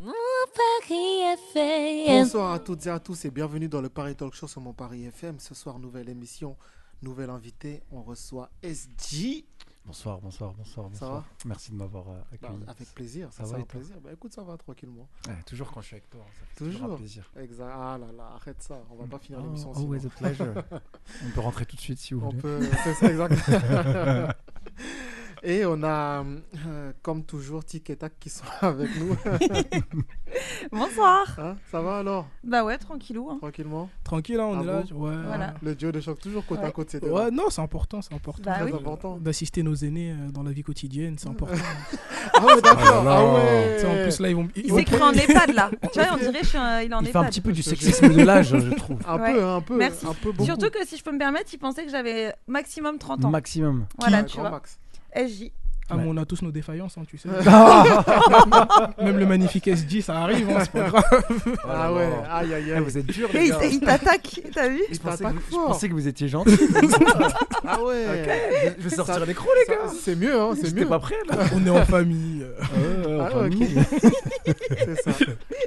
Mon Paris FM. Bonsoir à toutes et à tous et bienvenue dans le Paris Talk Show sur mon Paris FM. Ce soir, nouvelle émission, nouvel invité. On reçoit SJ. Bonsoir, bonsoir, bonsoir, Ça bonsoir. Merci de m'avoir euh, Bah, accueilli. avec plaisir, ça, Ça c'est va un et toi plaisir. Bah, écoute, ça va tranquillement. Ouais, toujours quand je suis avec toi, hein, ça fait toujours Toujours. un plaisir. Exact. Ah là là, arrête ça. On va pas finir Oh, l'émission. sinon. always a pleasure. On peut rentrer tout de suite si vous On voulez. peut. C'est ça, exact. Et on a, euh, comme toujours, Tic et Tac qui sont avec nous. Bonsoir. Hein, ça va alors Bah ouais, tranquillou. hein. Tranquillement Tranquille, hein, on Ah est là. bon ouais. Voilà. Le duo de choc, toujours côte à Ouais. côte, c'était Ouais, non, c'est important, c'est important. Bah très oui. important. D'assister nos aînés euh, dans la vie quotidienne, c'est important. Ah ouais, d'accord. là. Ah ouais. Tu sais, en plus, là, ils vont. ils Il vont s'est cru en EHPAD là. tu vois, on dirait que je suis un- il est en Il fait un EHPAD. petit peu du Je te jure. sexisme de l'âge, je trouve. Un Ouais. peu, un peu, Merci. un peu beaucoup. Surtout que si je peux me permettre, il pensait que j'avais maximum 30 ans. Maximum. voilà, Ouais, tu grand vois. max. SJ. Ah, Ouais. mais on a tous nos défaillances, hein, tu sais. Ah Même le magnifique SG, ça arrive, hein, c'est pas grave. Ah ouais, aïe aïe Eh, aïe. Vous êtes dur, Et les il, gars. t- il t'attaque, t'as vu Je il pensais, que t'attaque vous, je fort. pensais que vous étiez gentil. Ah ouais. Je vais sortir l'écran, les Ça, gars. C'est mieux, hein, c'est J'étais mieux. pas prêt, là. On est en famille. euh, Euh, Ah, enfin, ok. mille. C'est ça.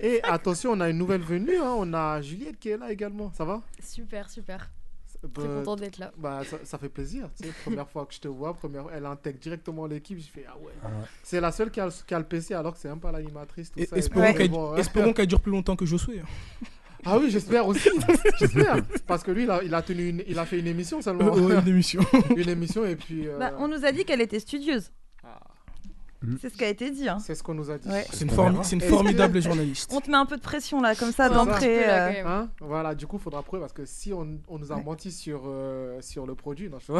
Et attention, on a une nouvelle venue. hein, On a Juliette qui est là également. Ça va Super, super. Très Bah, contente d'être là. Bah, ça, ça fait plaisir. tu sais, première fois que je te vois, première... elle intègre directement l'équipe. Je fais Ah ouais. Ah ouais. C'est la seule qui a, le- qui a le PC alors que c'est même pas l'animatrice. Tout et- ça, et espérons tout, Ouais. mais qu'elle bon, hein. ouais. espérons qu'elle dure plus longtemps que Josué. hein, Ah oui, j'espère aussi. j'espère. Parce que lui, il a, il a tenu une- il a fait une émission Euh, seulement. ouais, une émission. une émission et puis. euh, Bah, On nous a dit qu'elle était studieuse. Ah. C'est ce qui a été dit. hein. C'est ce qu'on nous a dit. Ouais. C'est une, qu'on formi- verra. c'est une Est-ce formidable journaliste. On te met un peu de pression là, comme ça, Ouais, d'entrée. Là, euh, quand même. Hein voilà, du coup, faudra prouver parce que si on, on nous a Ouais. menti sur, euh, sur le produit, non, je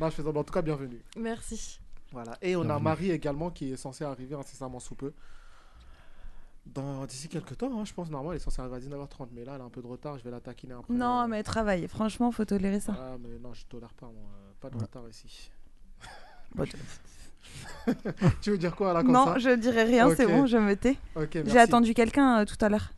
non, je fais en tout cas bienvenue. Merci. Voilà. Et on a Bienvenue. Marie également qui est censée arriver incessamment sous peu. Dans- D'ici quelques temps, hein, je pense. Normalement, elle est censée arriver à 19h30, mais là, elle a un peu de retard. Je vais la taquiner après. Non, mais travaille. Franchement, faut tolérer ça. Ah, mais non, je tolère pas, moi. Pas de Ouais. retard ici. Bah, t- Tu veux dire quoi là comme non, ça je dirais rien, c'est Ok. bon, je me tais. Ok, merci. J'ai attendu quelqu'un euh, tout à l'heure.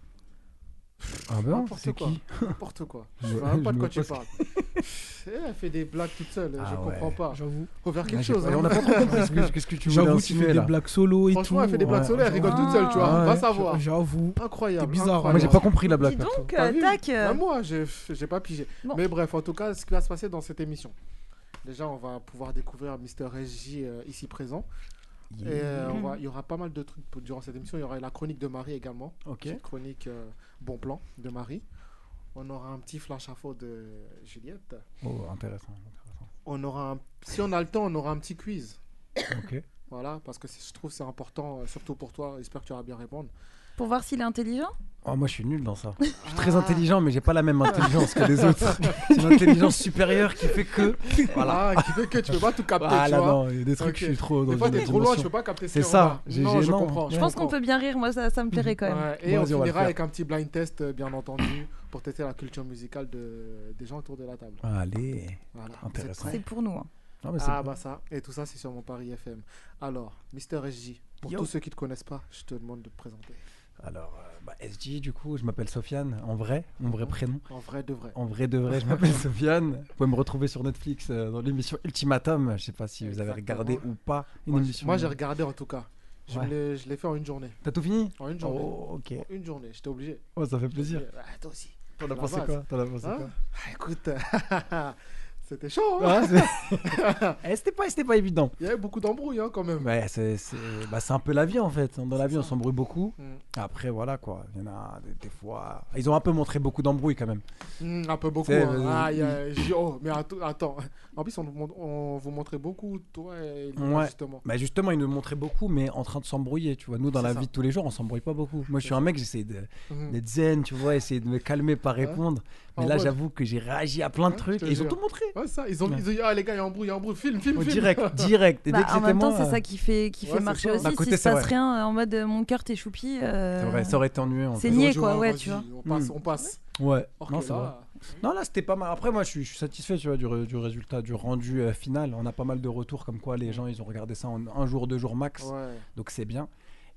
Ah ben, N'importe c'est quoi. qui N'importe quoi. Je Je- sais même pas je de me quoi tu pose- parles. Eh, Elle fait des blagues toute seule. Ah je ouais. comprends pas. J'avoue. Faut faire quelque Ah, j'ai- chose. ouais, hein. On a pas trop compris. Qu'est-ce que- Qu'est-ce que tu voulais J'avoue, tu fais insinuer, des là blagues solo et tout. Franchement, elle fait des blagues ouais, solaires, elle rigole ouais. toute seule, tu vois. Ah va ouais, savoir. J'avoue. Incroyable. C'est bizarre, Moi, j'ai pas incroyable. compris la blague. Dis donc, T'as euh, vu tac. euh, Même moi, j'ai j'ai pas pigé. Bon. Mais bref, en tout cas, ce qui va se passer dans cette émission. Déjà, on va pouvoir découvrir Mister SJ euh, ici présent. Et Yeah. euh, on va- il y aura pas mal de trucs pour- durant cette émission. Il y aura la chronique de Marie également. Ok. Petite chronique euh, Bon Plan de Marie. On aura un petit flash info de Juliette. Oh, intéressant. intéressant. On aura un- si on a le temps, on aura un petit quiz. Ok. Voilà, parce que c'est- je trouve que c'est important, euh, surtout pour toi. J'espère que tu vas bien répondre. Pour voir s'il est intelligent. Oh, moi, je suis nul dans ça. Je suis très Ah. intelligent, mais j'ai pas la même intelligence que les autres. C'est une intelligence supérieure qui fait que. Voilà. Ah, qui fait que tu peux pas tout capter. Ah tu là, vois. non, il y a des trucs, Ok. je suis trop dans Des fois, une t'es trop loin, tu peux dimension. pas capter ce C'est qu'il y a ça, en bas. j'ai- Non, j'ai- je non. comprends. Je pense qu'on peut bien rire, moi ça, ça me plairait quand même. Ouais, et Bon, on vas-y, on va le finira faire. avec un petit blind test, euh, bien entendu, pour tester la culture musicale de... des gens autour de la table. Allez. Voilà. Intéressant. Vous C'est êtes prêts pour nous. hein. Non, mais c'est- Ah bah ça, et tout ça, c'est sur mon Paris FM. Alors, Mister SJ, pour Yo. tous ceux qui te connaissent pas, je te demande de te présenter. Alors, euh, bah, SJ, du coup, je m'appelle Sofiane, en vrai, mon vrai prénom. En vrai de vrai. En vrai de vrai, je m'appelle Sofiane. Vous pouvez me retrouver sur Netflix euh, dans l'émission Ultimatum. Je sais pas si vous avez Exactement. regardé ou pas une Moi, j- émission. moi, j'ai regardé en tout cas. Je me Ouais. l'ai- je l'ai fait en une journée. T'as tout fini En une journée. Oh, ok. En Une journée, j'étais obligé. Oh, ça fait plaisir. Ah, toi aussi. T'en as La pensé base. quoi T'en as pensé Hein quoi Ah, écoute, C'était chaud, Ah, hein c'est- Eh, c'était pas, c'était pas évident. Il y avait beaucoup d'embrouilles, hein, quand même. Ouais, c'est, c'est- bah, c'est un peu la vie en fait. Dans la vie, on s'embrouille beaucoup. Mm. Après, voilà quoi. Il y en a des, des fois. Ils ont un peu montré beaucoup d'embrouilles quand même. Mm, un peu beaucoup. C'est- hein. Ah, il y a- j'ai- oh, mais att- attends. En plus, on, vous mont- on vous montrait beaucoup, toi et Lina, Ouais. justement. Bah justement, ils nous montraient beaucoup, mais en train de s'embrouiller. Tu vois, nous dans C'est la ça. vie de tous les jours, on s'embrouille pas beaucoup. Moi, je suis un mec, j'essaie de- Mhm. d'être zen, tu vois, essayer de me calmer, pas répondre. Mais En là, mode- j'avoue que j'ai réagi à plein de Ouais, trucs je et te ils ont jure. tout montré. Ouais, ça, ils ont, Ouais. ils ont dit, ah les gars, il y a embrouille, il y a embrouille, film, film, Au film. direct, direct. Et dès Bah, que en c'était même temps, moi, euh, c'est ça qui fait, qui Ouais, fait c'est marcher ça. aussi. D'un Bah, côté, si se c'est passe vrai. rien, en mode euh, mon cœur t'es choupi. euh, c'est vrai, ça aurait été ennuyeux. en fait. c'est niais, Ils ont dit, quoi, ah, ouais, vas-y, tu vois. On passe, Mm. on passe. Ouais. Or Non, que c'est vrai. là, Non, là, c'était pas mal. Après, moi, je suis, je suis satisfait tu vois, du, re- du résultat, du rendu euh, final. On a pas mal de retours comme quoi les gens, ils ont regardé ça en un jour, deux jours max. ouais. Donc, c'est bien.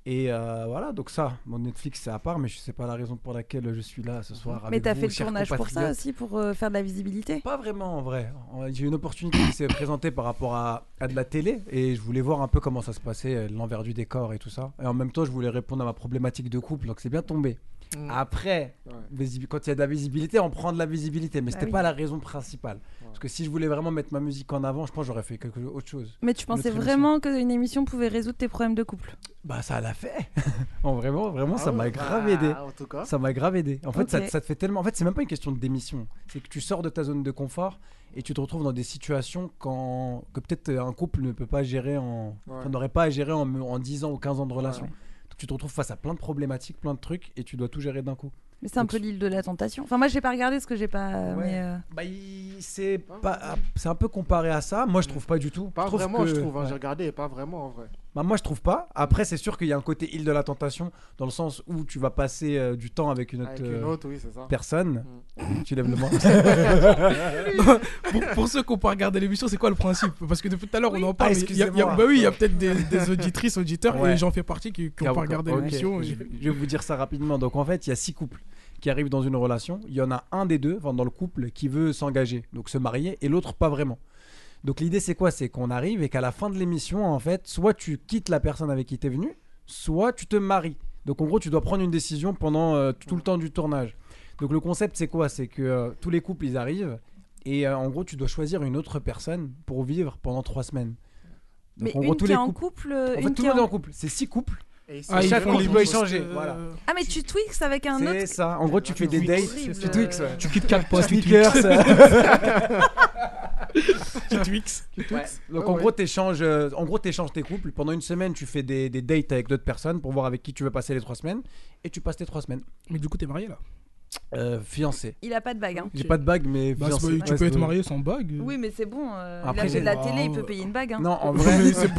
Et euh, voilà, donc ça, mon Netflix, c'est à part, mais je sais pas la raison pour laquelle je suis là ce soir. Mhm. Mais avec t'as vous, fait le chers tournage pour ça compatriotes. aussi, pour euh, faire de la visibilité. Pas vraiment en vrai. En- J'ai eu une opportunité qui s'est présentée par rapport à, à de la télé et je voulais voir un peu comment ça se passait, euh, l'envers du décor et tout ça. Et en même temps, je voulais répondre à ma problématique de couple, donc c'est bien tombé. Mm. Après, Ouais. visibi- quand il y a de la visibilité, on prend de la visibilité, mais Bah c'était oui. pas la raison principale. Parce que si je voulais vraiment mettre ma musique en avant, je pense que j'aurais fait quelque autre chose. Mais tu pensais émission. vraiment qu'une émission pouvait résoudre tes problèmes de couple Bah ça l'a fait. en vraiment, vraiment, ça Ah m'a ouais, grave bah, aidé. En tout cas. Ça m'a grave aidé. En fait, ça, Ok. ça te fait tellement. En fait, c'est même pas une question de démission. C'est que tu sors de ta zone de confort et tu te retrouves dans des situations quand... que peut-être un couple ne peut pas gérer en. Ouais. enfin, n'aurait pas à gérer en, en 10 ans ou 15 ans de relation. Ouais. Donc, tu te retrouves face à plein de problématiques, plein de trucs et tu dois tout gérer d'un coup. Mais c'est un Donc, peu l'île de la tentation. Enfin, moi, j'ai pas regardé ce que j'ai pas. Ouais. mais, euh, Bah, il- c'est pas... c'est un peu comparé à ça. Moi, je trouve pas du tout. Pas trouve vraiment, que- je trouve. hein, ouais. J'ai regardé, pas vraiment en vrai. Bah, moi, je trouve pas. Après, c'est sûr qu'il y a un côté île de la tentation dans le sens où tu vas passer euh, du temps avec une autre. Avec une euh, autre, Mm. oui, c'est ça. Personne, tu lèves le bras. pour, pour ceux qui n'ont pas regardé l'émission, c'est quoi le principe Parce que depuis tout à l'heure, on en parle. Ah, mais il y a- il y a- excusez-moi. bah oui, il y a peut-être des, des auditrices, auditeurs, Ouais. et j'en fais partie qui n'ont pas Ok, regardé ok. l'émission. Je, je vais vous dire ça rapidement. Donc en fait, il y a six couples qui arrivent dans une relation. Il y en a un des deux, enfin, dans le couple, qui veut s'engager, donc se marier, et l'autre pas vraiment. Donc l'idée c'est quoi C'est qu'on arrive et qu'à la fin de l'émission, en fait, soit tu quittes la personne avec qui t'es venu, soit tu te maries. Donc en gros, tu dois prendre une décision pendant euh, tout le temps du tournage. Donc le concept c'est quoi C'est que euh, tous les couples ils arrivent et euh, en gros tu dois choisir une autre personne pour vivre pendant trois semaines. Donc mais en une gros tous qui les est en couples. couple. En euh, fait une tout qui le est monde est en- en couple. C'est six couples. Et ils sont- Ah, ils chaque font fois, des ils posts, doivent changer, euh, voilà. Ah, mais tu tweaks avec un C'est autre. ça. En gros, tu fais des Horrible. dates, Horrible. tu tweaks. ouais. Tu quittes 4 postes, tu Sneakers. tweaks. euh, Tu tweaks. ouais. Donc Ah en ouais. gros, t'échanges, euh, en gros, t'échanges tes couples. Pendant une semaine, tu fais des, des dates avec d'autres personnes pour voir avec qui tu veux passer les trois semaines, et tu passes tes trois semaines. Mais du coup, t'es marié là Euh, fiancé. Il a pas de bague. hein. J'ai pas de bague, mais Bah, fiancé. c'est- Tu Ouais, peux être c'est- marié sans bague. Oui, mais c'est bon. euh, il Mm. Après, a fait de la j'ai- télé, il peut payer une bague. hein. Non, en vrai, Mais c'est-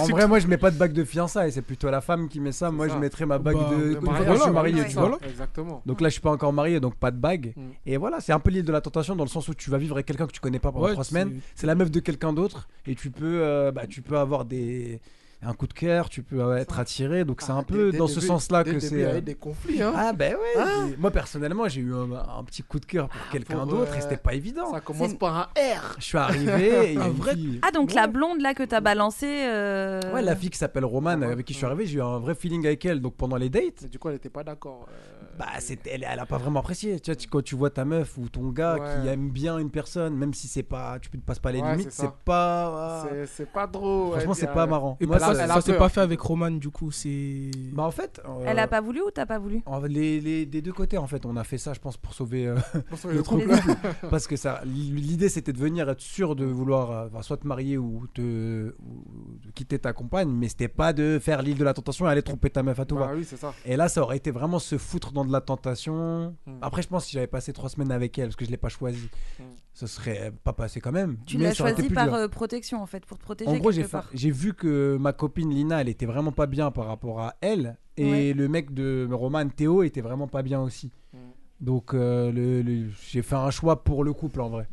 en vrai, moi, je mets pas de bague de fiançailles. C'est plutôt la femme qui met ça. Moi, ça. je mettrais ma bague Bah, de. le une fois que mariage, je suis oui, marié, ouais. tu vois. Voilà. Exactement. Donc là, je suis pas encore marié, donc pas de bague. Mm. Et voilà, c'est un peu l'île de la tentation dans le sens où tu vas vivre avec quelqu'un que tu connais pas pendant Ouais, trois c'est- semaines. C'est la meuf de quelqu'un d'autre et tu peux, euh, bah, tu peux avoir des un coup de cœur, tu peux euh, être attiré. Donc c'est Ah, un dès- peu dès dans le ce début- sens-là dès que le début, c'est. Il y euh, avait des conflits, hein. Ah ben ouais. j'ai- Moi personnellement, j'ai eu un, un petit coup de cœur pour quelqu'un pour, d'autre euh, et c'était pas évident. Ça commence par un R. Je suis arrivé et il y a Un une vrai- fille- Ah, donc la blonde là que t'as balancée. euh, Ouais, la fille qui s'appelle Romane, Romane, avec qui je suis arrivé, j'ai eu un vrai feeling avec elle. Donc pendant les dates, Mais Du coup, elle était pas d'accord. euh, Bah, c'est, elle, elle a pas vraiment apprécié. Tu vois, tu- quand tu vois ta meuf ou ton gars qui Ouais. aime bien une personne, même si c'est pas, tu ne passes pas les Ouais, limites, c'est ça. c'est pas. ah, C'est- C'est pas drôle. Franchement, elle c'est dit, pas euh, marrant. Et Moi, elle bah, a- ça, ça- elle a ça s'est peur. pas fait avec Roman, du coup, c'est. hein. bah, en fait, euh, Elle a pas voulu ou t'as pas voulu en- les, les- des deux côtés, en fait, on a fait ça, je pense, pour sauver. euh, pour sauver le le couple. couple. parce que ça, l'idée, c'était de venir être sûr de vouloir euh, enfin, soit te marier ou te ou de quitter ta compagne, mais c'était pas de faire l'île de la tentation et aller tromper ta meuf à tout va. Bah oui, c'est ça. Et là, ça aurait été vraiment se foutre dans de la tentation. Mm. Après, je pense que si j'avais passé trois semaines avec elle, parce que je l'ai pas choisi, Mm. ce serait pas passé quand même. Tu mais l'as ça aurait été choisie plus par dur. euh, protection en fait, pour te protéger En gros, j'ai quelque fa- part. j'ai vu que ma copine Lina, elle était vraiment pas bien par rapport à elle. Et Ouais. le mec de Roman, Théo, était vraiment pas bien aussi. Mm. Donc, euh, le- le- j'ai fait un choix pour le couple en vrai.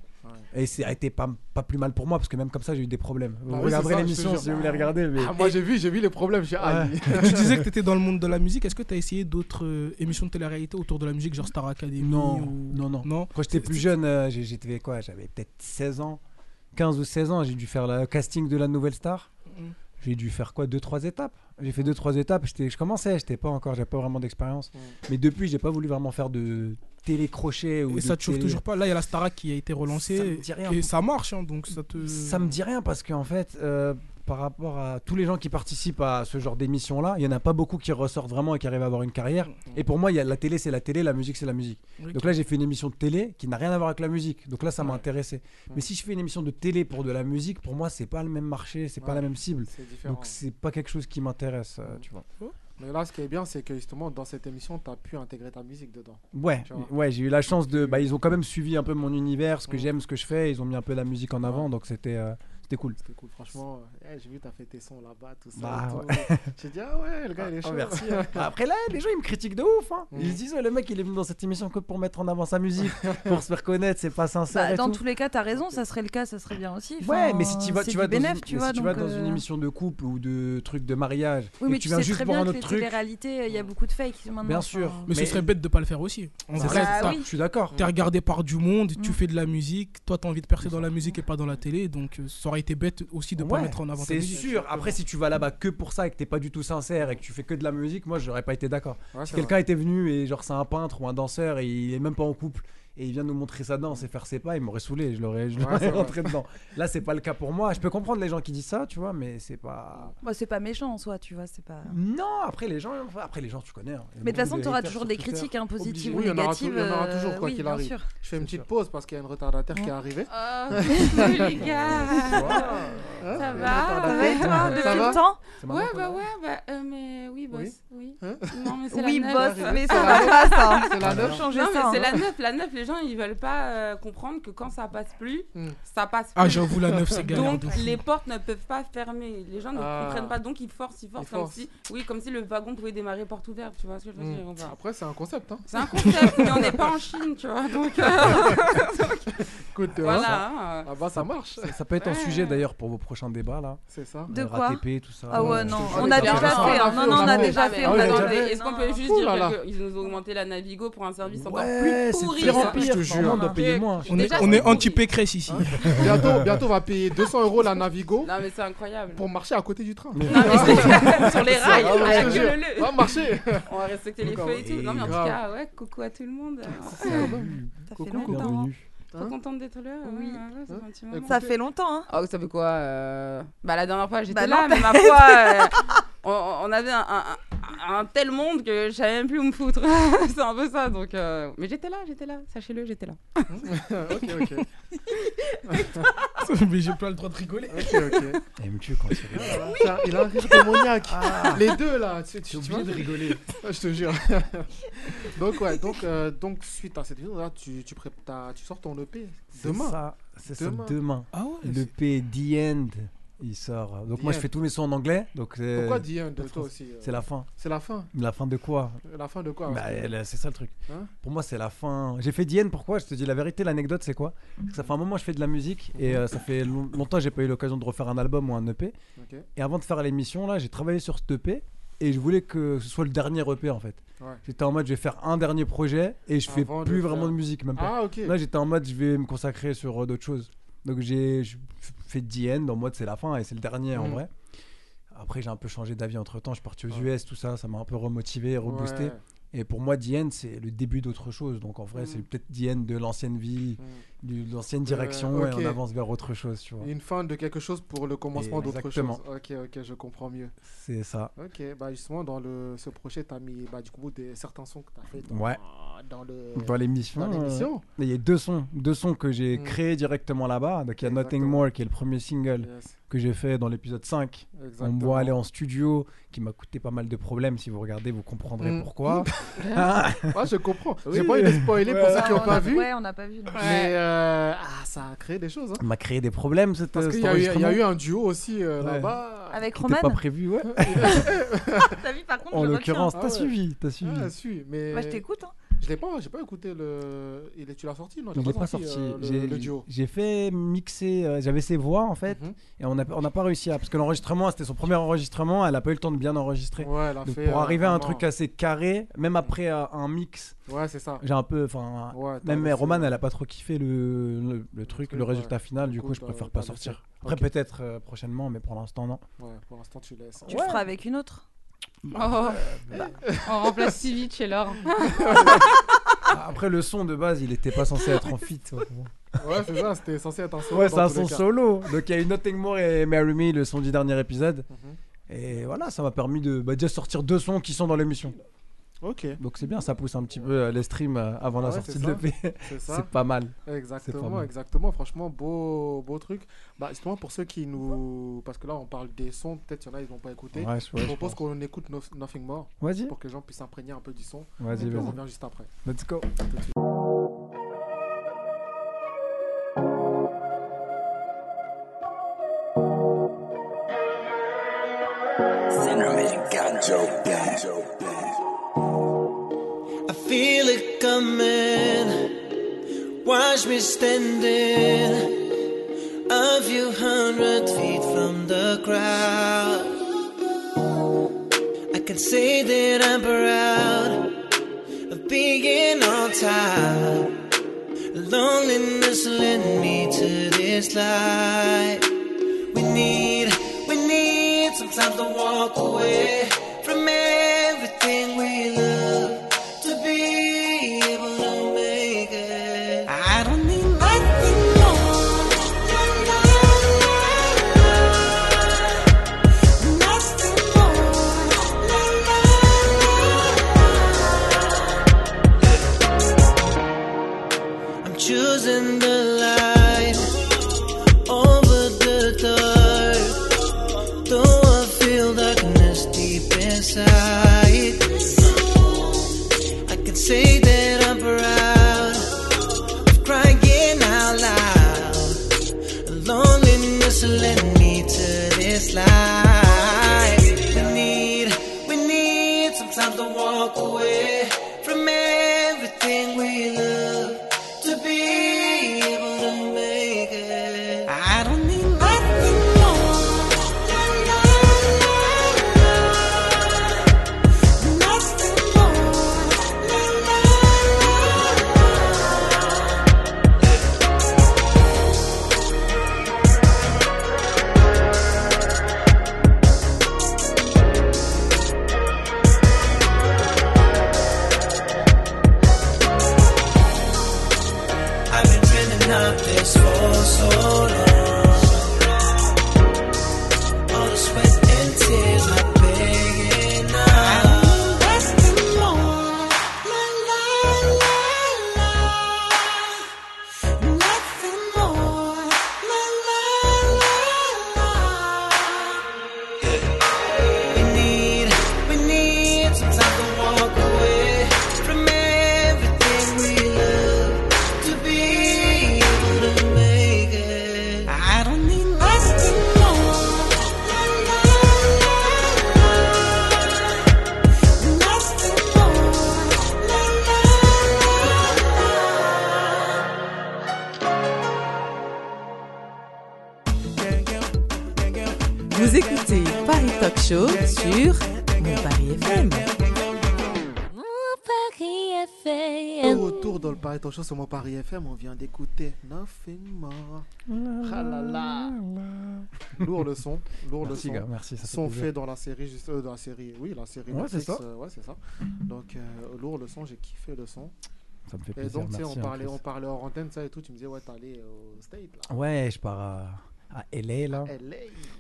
Et ça a été pas, pas plus mal pour moi parce que même comme ça j'ai eu des problèmes. Vous Bah oui, regarderez c'est ça, je te l'émission jure. si vous voulez regarder. Mais... Ah, moi, j'ai vu, j'ai vu les problèmes. J'ai dit, ah, Ouais. il- Tu disais que t'étais dans le monde de la musique. Est-ce que t'as essayé d'autres euh, émissions de télé-réalité autour de la musique, genre Star Academy Non, ou- non, non. Non Quand j'étais plus jeune, euh, j'ai- j'étais quoi J'avais peut-être 16 ans, 15 ou 16 ans. J'ai dû faire le casting de la nouvelle star. Mhm. J'ai dû faire quoi Deux, trois étapes. J'ai Mm. fait deux, trois étapes. j'étais- Je commençais, j'étais pas encore, j'avais pas vraiment d'expérience. Mhm. Mais depuis, j'ai pas voulu vraiment faire de télécrochets ou Et des ça te chauffe télé- toujours pas. Là, il y a la Starac qui a été Ça me relancée. dit rien. et ça marche, hein, donc ça te. Ça me dit rien parce qu'en fait, euh, par rapport à tous les gens qui participent à ce genre d'émission-là, il n'y en a pas beaucoup qui ressortent vraiment et qui arrivent à avoir une carrière. Mm. Et pour moi, il y a la télé, c'est la télé, la musique, c'est la musique. Ok. Donc là, j'ai fait une émission de télé qui n'a rien à voir avec la musique. Donc là, ça m'a Ouais. intéressé. Ouais. Mais si je fais une émission de télé pour de la musique, pour moi, c'est pas le même marché, c'est pas Ouais. la même cible. C'est différent. Donc c'est pas quelque chose qui m'intéresse, euh, tu vois. Mais là, ce qui est bien, c'est que justement, dans cette émission, t'as pu intégrer ta musique dedans. Ouais, Tu vois. ouais, j'ai eu la chance de. Bah, ils ont quand même suivi un peu mon univers, ce que Mm. j'aime, ce que je fais. Ils ont mis un peu la musique en avant, donc c'était, euh, c'était cool. C'était cool, franchement. euh, eh, j'ai vu, t'as fait tes sons là-bas, tout ça. Bah, et tout. J'ai dit, ah ouais, le gars, il est Ah, chaud. merci. Après là, les gens ils me critiquent de ouf. hein. Mm. Ils se disent ouais, le mec il est venu dans cette émission que pour mettre en avant sa musique, pour se faire connaître, c'est pas sincère. Bah, et dans tout. tous les cas, t'as raison, ça serait le cas, ça serait bien aussi. Ouais, Enfin, mais si tu vas, c'est tu du vas, dans, bénef, une, tu mais si vois, tu vas donc, dans une euh, émission de couple ou de trucs de mariage Oui, et mais que tu tu, viens sais juste très pour bien un que autre les truc. téléréalités, il y a beaucoup de fakes maintenant. Bien enfin. sûr. Mais, Mais- Bah ce serait bête de pas le faire aussi. On Ça dirait, reste- t'as- Bah oui. Je suis d'accord. T'es regardé par du monde, tu Mm. fais de la musique, toi t'as envie de percer dans la musique et pas dans la télé, donc euh, ça aurait été bête aussi de pas Ouais, mettre en avant ta C'est musique. sûr. Après, si tu vas là-bas que pour ça et que t'es pas du tout sincère et que tu fais que de la musique, moi j'aurais pas été d'accord. Ouais, Si c'est quelqu'un était venu et genre c'est un peintre ou un danseur et il est même pas en couple et il vient nous montrer sa danse et faire ses pas, il m'aurait saoulé, je l'aurais je Ouais, l'aurais c'est vrai. rentré dedans. Là c'est pas le cas pour moi. Je peux comprendre les gens qui disent ça, tu vois, mais c'est pas. Bah, c'est pas méchant en soi, tu vois, c'est pas. Non, après les gens, enfin, après les gens tu connais. hein. Il y a Mais de toute beaucoup façon, t'auras haters toujours sur des Twitter. critiques hein, Obligé. positives ou Oui, il y en aura négatives. tou- il y en aura euh, toujours, quoi oui, qu'il bien arrive. sûr. Je fais une C'est petite sûr. pause parce qu'il y a une retardataire qui est arrivée. Oh, coucou les gars Voilà. Hein Il y a Ça une va Ça retardataire. va et toi, Ça depuis va le temps C'est marrant Ouais, qu'on bah a- ouais, bah euh, mais oui, boss. Oui. Oui. Hein non, mais c'est Oui, la boss, neuf. mais ça va pas ça. C'est la neuf Changer Non, mais ça. c'est hein. la neuf. La neuf, les gens, ils veulent pas euh, comprendre que quand ça passe plus, Hmm. ça passe Ah, plus. j'avoue, la neuf, c'est galère. donc de fou. les portes ne peuvent pas fermer. Les gens ne Ah. comprennent pas, donc ils forcent, ils forcent, Ils comme forcent. Hmm. si, oui, comme si le wagon pouvait démarrer porte ouverte. Tu vois ce que je veux dire ou pas Après, c'est un concept. Hein. C'est un concept, mais on n'est pas en Chine, tu vois. Donc euh, Écoute, euh, ça- voilà. hein. là-bas, ça marche. Ça peut être un Ouais. sujet d'ailleurs pour vos prochains débats là. C'est ça. De Euh, quoi RATP, tout ça. Ah ouais, Euh, non, je te on a jure, déjà on a fait. fait, hein. Non, non, on on a a fait. déjà fait. Ah on oui, on a a déjà fait. fait. Est-ce qu'on peut juste Ouh là là. dire qu'ils nous ont augmenté la Navigo pour un service encore Ouais, plus c'est de pourri pire en quoi. pire. Je te jure. Normalement, on doit payer moins. On est, Déjà, on c'est est pourri. anti-pécresse ici. Bientôt, bientôt, on va payer 200 euros la Navigo Non, mais c'est incroyable. pour marcher à côté du train. Non, mais c'est- sur les rails, Ah ouais, avec je te le le. On va marcher. On va respecter les Encore, feux et tout. Non, mais en tout grave. cas, ouais, coucou à tout le monde. Ça fait Coucou. longtemps. hein. Trop contente d'être là. Oui. Ouais, ouais, ouais, ça fait un petit moment. Ça fait longtemps. hein. Oh, ça fait quoi euh, Bah, la dernière fois, j'étais Bah là, non, mais ma foi, euh, on, on avait un, un- un- un tel monde que je savais même plus où me foutre. C'est un peu ça, donc. euh, Mais j'étais là, j'étais là, sachez-le, j'étais là. ok, ok. Mais j'ai pas le droit de rigoler. Ok, ok. Elle me tue quand Eh, tu rigoles. Tiens, il a un rire démoniaque. Les deux là, tu, tu, J'ai tu oublié vois, Ah. de rigoler. je te jure. donc ouais, donc euh, donc suite à cette vidéo là, tu tu, prép- t'as- tu sors ton EP C'est demain. ça, c'est ça, Demain. demain. Ah ouais Le c'est- P The End, il sort. Donc The moi je End. fais tous mes sons en anglais. Donc euh, Pourquoi dis un de parce toi que aussi euh, c'est la fin. C'est la fin. La fin de quoi La fin de quoi Bah, elle, C'est ça le truc. Hein Pour moi c'est la fin. J'ai fait The End, pourquoi Je te dis la vérité, l'anecdote c'est quoi Mhm. Parce que ça fait un moment que je fais de la musique et euh, ça fait long- longtemps que j'ai pas eu l'occasion de refaire un album ou un EP. Ok. Et avant de faire l'émission, là, j'ai travaillé sur cet EP et je voulais que ce soit le dernier EP en fait. Ouais. J'étais en mode, je vais faire un dernier projet et je fais Avant de plus faire- vraiment de musique, même pas. Ah ok. Là, j'étais en mode, je vais me consacrer sur euh, d'autres choses. Donc, j'ai je f- fait The End, en mode, c'est la fin et c'est le dernier en Mhm. vrai. Après, j'ai un peu changé d'avis entre temps. Je suis parti aux Ouais. US, tout ça, ça m'a un peu remotivé, reboosté. Ouais. Et pour moi, The End, c'est le début d'autre chose. Donc, en vrai, Mhm. c'est peut-être The End de l'ancienne vie, Mm. du- de l'ancienne direction, Euh, et ok. on avance vers autre chose, tu vois. Une fin de quelque chose pour le commencement Et- d'autre chose. exactement. Ok, ok, je comprends mieux. C'est ça. Ok, bah justement dans le ce projet, t'as mis bah du coup des certains sons que t'as fait dans, Ouais. dans le Dans l'émission. dans euh, l'émission. Il y a deux sons, deux sons que j'ai Mm. créés directement là-bas. Donc il y a Nothing Exactement. More qui est le premier single Yes, que j'ai fait dans l'épisode 5. euh, On me exactement. voit aller en studio, qui m'a coûté pas mal de problèmes. Si vous regardez, vous comprendrez Mm. pourquoi. Ah, Ah, je comprends. J'ai Oui. pas eu de spoiler pour Ouais. ceux qui n'ont Ah, on pas a- vu. Ouais, on n'a pas vu. non. Mais euh, ah, ça a créé des choses. Hein. ça m'a créé des problèmes cette Parce cet qu'il y, a eu- il y a enregistrement. eu un duo aussi euh, Ouais. là-bas. Avec Qui était Roman, pas prévu, ouais. t'as vu par contre, En je retiens. l'occurrence, Ah t'as ouais. suivi, t'as Ah, suivi. si, mais Bah, je t'écoute. hein. je l'ai pas, j'ai pas écouté le. Il est, tu l'as sorti non tu Il l'as n'est pas sorti. euh, le- J'ai- le, duo. J'ai fait mixer, euh, j'avais ses voix en fait, Mhm. et on n'a on n'a pas réussi à. Parce que l'enregistrement, c'était son premier enregistrement, elle n'a pas eu le temps de bien enregistrer. Ouais, elle a Donc, fait, pour euh, arriver à un vraiment- truc assez carré, même après euh, un mix, Ouais, c'est ça. j'ai un peu. Enfin, Ouais, t'as Même laissé- Roman, elle a pas trop kiffé le, le, le truc, truc, le résultat final, Du du coup, bah, coup, je t'as- préfère t'as pas laissé. sortir. Ok. Après, peut-être euh, prochainement, mais pour l'instant, non. Ouais, pour l'instant, tu laisses. Tu le feras avec une autre. Bah. Oh, on remplace Civic chez Laure. Après, le son de base, il était pas censé être en fit. Ouais, c'est ça, c'était censé être un solo. Ouais, dans c'est un tous les son cas. solo. Donc, il y a eu Nothing More et Marry Me, le son du dernier épisode. Mhm. Et voilà, ça m'a permis de bah, déjà sortir deux sons qui sont dans l'émission. Ok, Donc, c'est bien, ça pousse un petit peu euh, les streams euh, avant la Ah Ouais, sortie c'est de ça. l'EP. c'est ça. C'est pas mal. Exactement, mal. exactement. Franchement, beau, beau truc. Bah, justement, pour ceux qui nous. Parce que là, on parle des sons, peut-être qu'il y en a, ils n'ont pas écouté. Ouais, ouais, je je propose pense. qu'on écoute No- Nothing More Vas-y, pour que les gens puissent s'imprégner un peu du son. Et vas-y, puis, on vas-y. revient juste après. Let's go. I feel it coming. Watch me standing a few hundred feet from the crowd. I can say that I'm proud of being on top. Loneliness led me to this life. We need, we need some time to walk away from everything we love to be able to make it. I don't need nothing more. Nothing more. I'm choosing the light over the dark. Though I feel darkness deep inside, I can say that I'm proud of crying out loud. Loneliness led me to this life. We need, we need some time to walk away from everything we love to be able to make it. I don't need nothing more. La, la, la, la. Nothing more. La, la, la, la. I've been dreaming of this for so long. All the sweat and tears are begging now. Nothing more. La, la, la, la. Nothing more. La, la, la, la. We need, we need some time to walk away from everything we love to be able to make it. I don't need nothing more. La, la, la, la. Nothing more. La, la, la, la. Vous écoutez Paris Talk Show sur Mon Paris FM. Paris De FM. retour dans le Paris Talk Show sur mon Paris FM, on vient d'écouter Nothing More. Ah là là. Lourd le son, lourd le Merci, son. gars, merci. ça fait sont plaisir. faits dans la série juste euh, dans la série oui la série Ouais, Netflix, c'est ça. euh, ouais c'est ça donc euh, lourd le son j'ai kiffé le son Ça me fait et plaisir. donc tu sais on merci, hein, parlait Chris. on parlait hors antenne ça et tout tu me disais ouais t'allais euh, au state là Ouais, je pars à, à LA là. LA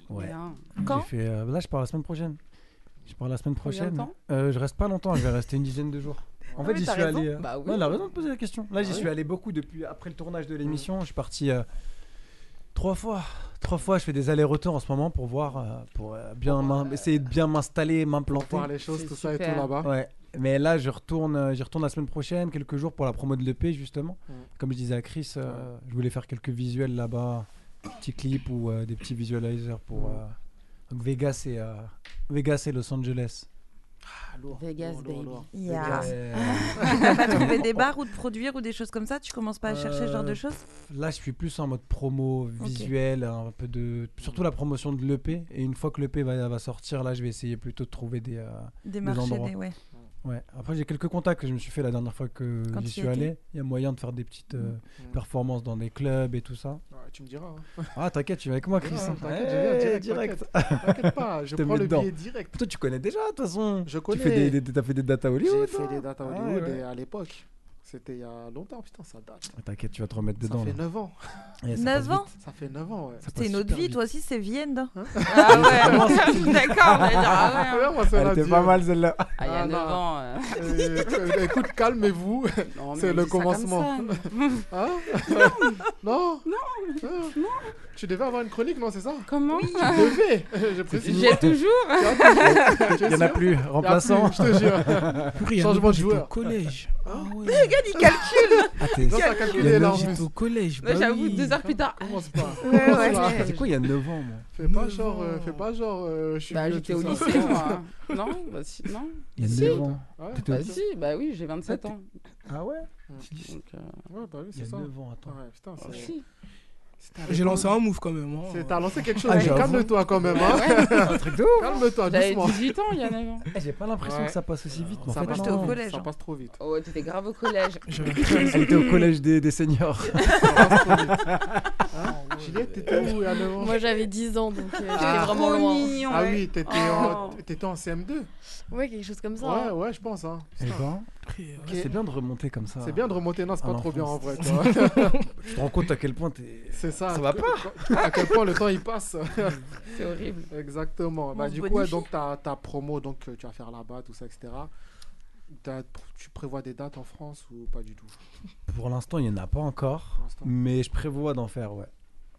Ouais. Bien. Quand J'ai fait, euh, là, je pars la semaine prochaine. Je pars la semaine Combien de prochaine. temps Euh, je reste pas longtemps, je vais rester une dizaine de jours. En Ah fait, oui, j'y t'as suis raison. allé. euh, Bah oui. Bah Mm. ouais, elle a raison de poser la question. Là, j'y Ah suis oui. allé beaucoup depuis après le tournage de l'émission. Je suis parti euh, trois fois. Trois fois, je fais des allers-retours en ce moment pour voir, euh, pour euh, bien m'in- essayer de bien m'installer, pour m'implanter. voir les choses C'est tout ça et super. tout là-bas Ouais. Mais là, je retourne, euh, j'y retourne la semaine prochaine, quelques jours pour la promo de l'EP, justement. Mm. Comme je disais à Chris, euh, je voulais faire quelques visuels là-bas, des petits clips ou euh, des petits visualizers pour Mm. euh, donc Vegas, et, euh, Vegas et Los Angeles. Ah, lourd, Vegas, lourd, lourd, baby. lourd. Yeah. Et, euh, T'as pas trouvé des bars ou de produire ou des choses comme ça Tu commences pas à chercher ce genre de Euh, choses là, je suis plus en mode promo, visuel, un peu de. Surtout la promotion de l'EP. Et une fois que l'EP va, va sortir, là, je vais essayer plutôt de trouver des. euh, Des marchés, endroits. des. Ouais. Ouais. Après, j'ai quelques contacts que je me suis fait la dernière fois que Quand j'y tu y suis allé. étais. Il y a moyen de faire des petites euh, Mm. performances dans des clubs et tout ça. Ouais, tu me diras hein. Ah, t'inquiète, tu es avec moi, Chris. Ouais, hein. t'inquiète, je viens Eh, direct, t'inquiète pas je te prends mets le dedans. billet direct Toi, tu connais déjà, de toute façon. Je Tu fais connais. des, des- t'as fait des datas j'ai Hollywood. fait toi des dates à Ah, Hollywood ouais. et à l'époque C'était il y a longtemps, putain, ça date. Ah, T'inquiète, tu vas te remettre dedans. Ça fait là. 9 ans. Eh, ça 9 passe ans Ça fait 9 ans, ouais. C'était une autre vie, toi aussi, c'est Vienne. hein. Ah ouais, d'accord, mais ah ouais. Ouais, moi, ça Elle l'a était dit. pas mal celle-là. Ah, il y a Ah, 9 non. ans. euh. Euh, euh, écoute, calmez-vous. Non, mais C'est on le dit ça comme commencement. ça. Hein non. Non. Non. Tu devais avoir une chronique, non, c'est ça Comment Tu devais. J'ai précisé. J'ai toujours. Il y en a plus, remplaçant. Je te jure. Purée, Changement Changement de joueur. Au collège. Ah ouais. Ah, t'es- Non, t'as Il y calculé a là non, en J'étais plus. au collège. Ouais, bah J'avoue, oui. deux heures plus tard. Commence pas. Ouais, Commence pas. C'est quoi, il y a 9 ans, moi Fais pas genre, euh, fais pas genre, euh, je suis Bah, vieux, j'étais tout au ça. lycée, moi. Non, bah, si, non. Il y a Si. 9 ans. Ouais, T'étais au Bah, lycée si, bah oui, j'ai 27 ans. Ah ouais Hmm. Donc, euh, ouais, bah oui, Il y c'est a ça. 9 ans, attends. Ouais, putain, c'est- si. c'était avec J'ai nous. lancé un move quand même. hein. C'est- T'as lancé quelque chose. Ah, mais j'avoue. Calme-toi quand même. Ah hein. ouais, Un truc de ouf Calme-toi J'avais doucement. 18 ans il y en a Eh, J'ai pas l'impression Ouais. que ça passe aussi vite. mais en Ça fait, passe non. j'étais au collège, Ça hein. passe trop vite. Oh, t'étais grave au collège. J'avais- Elle était au collège des, des seniors. Ça passe trop vite. Hein Juliette, t'étais où à 9 ans Moi j'avais 10 ans donc euh, j'étais Ah, vraiment loin. mignon. Ah ouais. oui, t'étais en, t'étais en CM2 Ouais, quelque chose comme ça. Ouais, hein. ouais, je pense. Hein. Eh ben, Ok. C'est bien de remonter comme ça. C'est bien de remonter, non, c'est En pas trop bien en vrai. enfance. tu vois. Tu te rends compte à quel point t'es. C'est ça. Ça va que- À quel point le temps il passe. C'est horrible. Exactement. On Bah, se du coup, bonifie. ouais, donc ta, ta promo donc, que tu vas faire là-bas, tout ça, etc. T'as- Tu prévois des dates en France ou pas du tout Pour l'instant, il n'y en a pas encore. Pour l'instant. Mais je prévois d'en faire, ouais.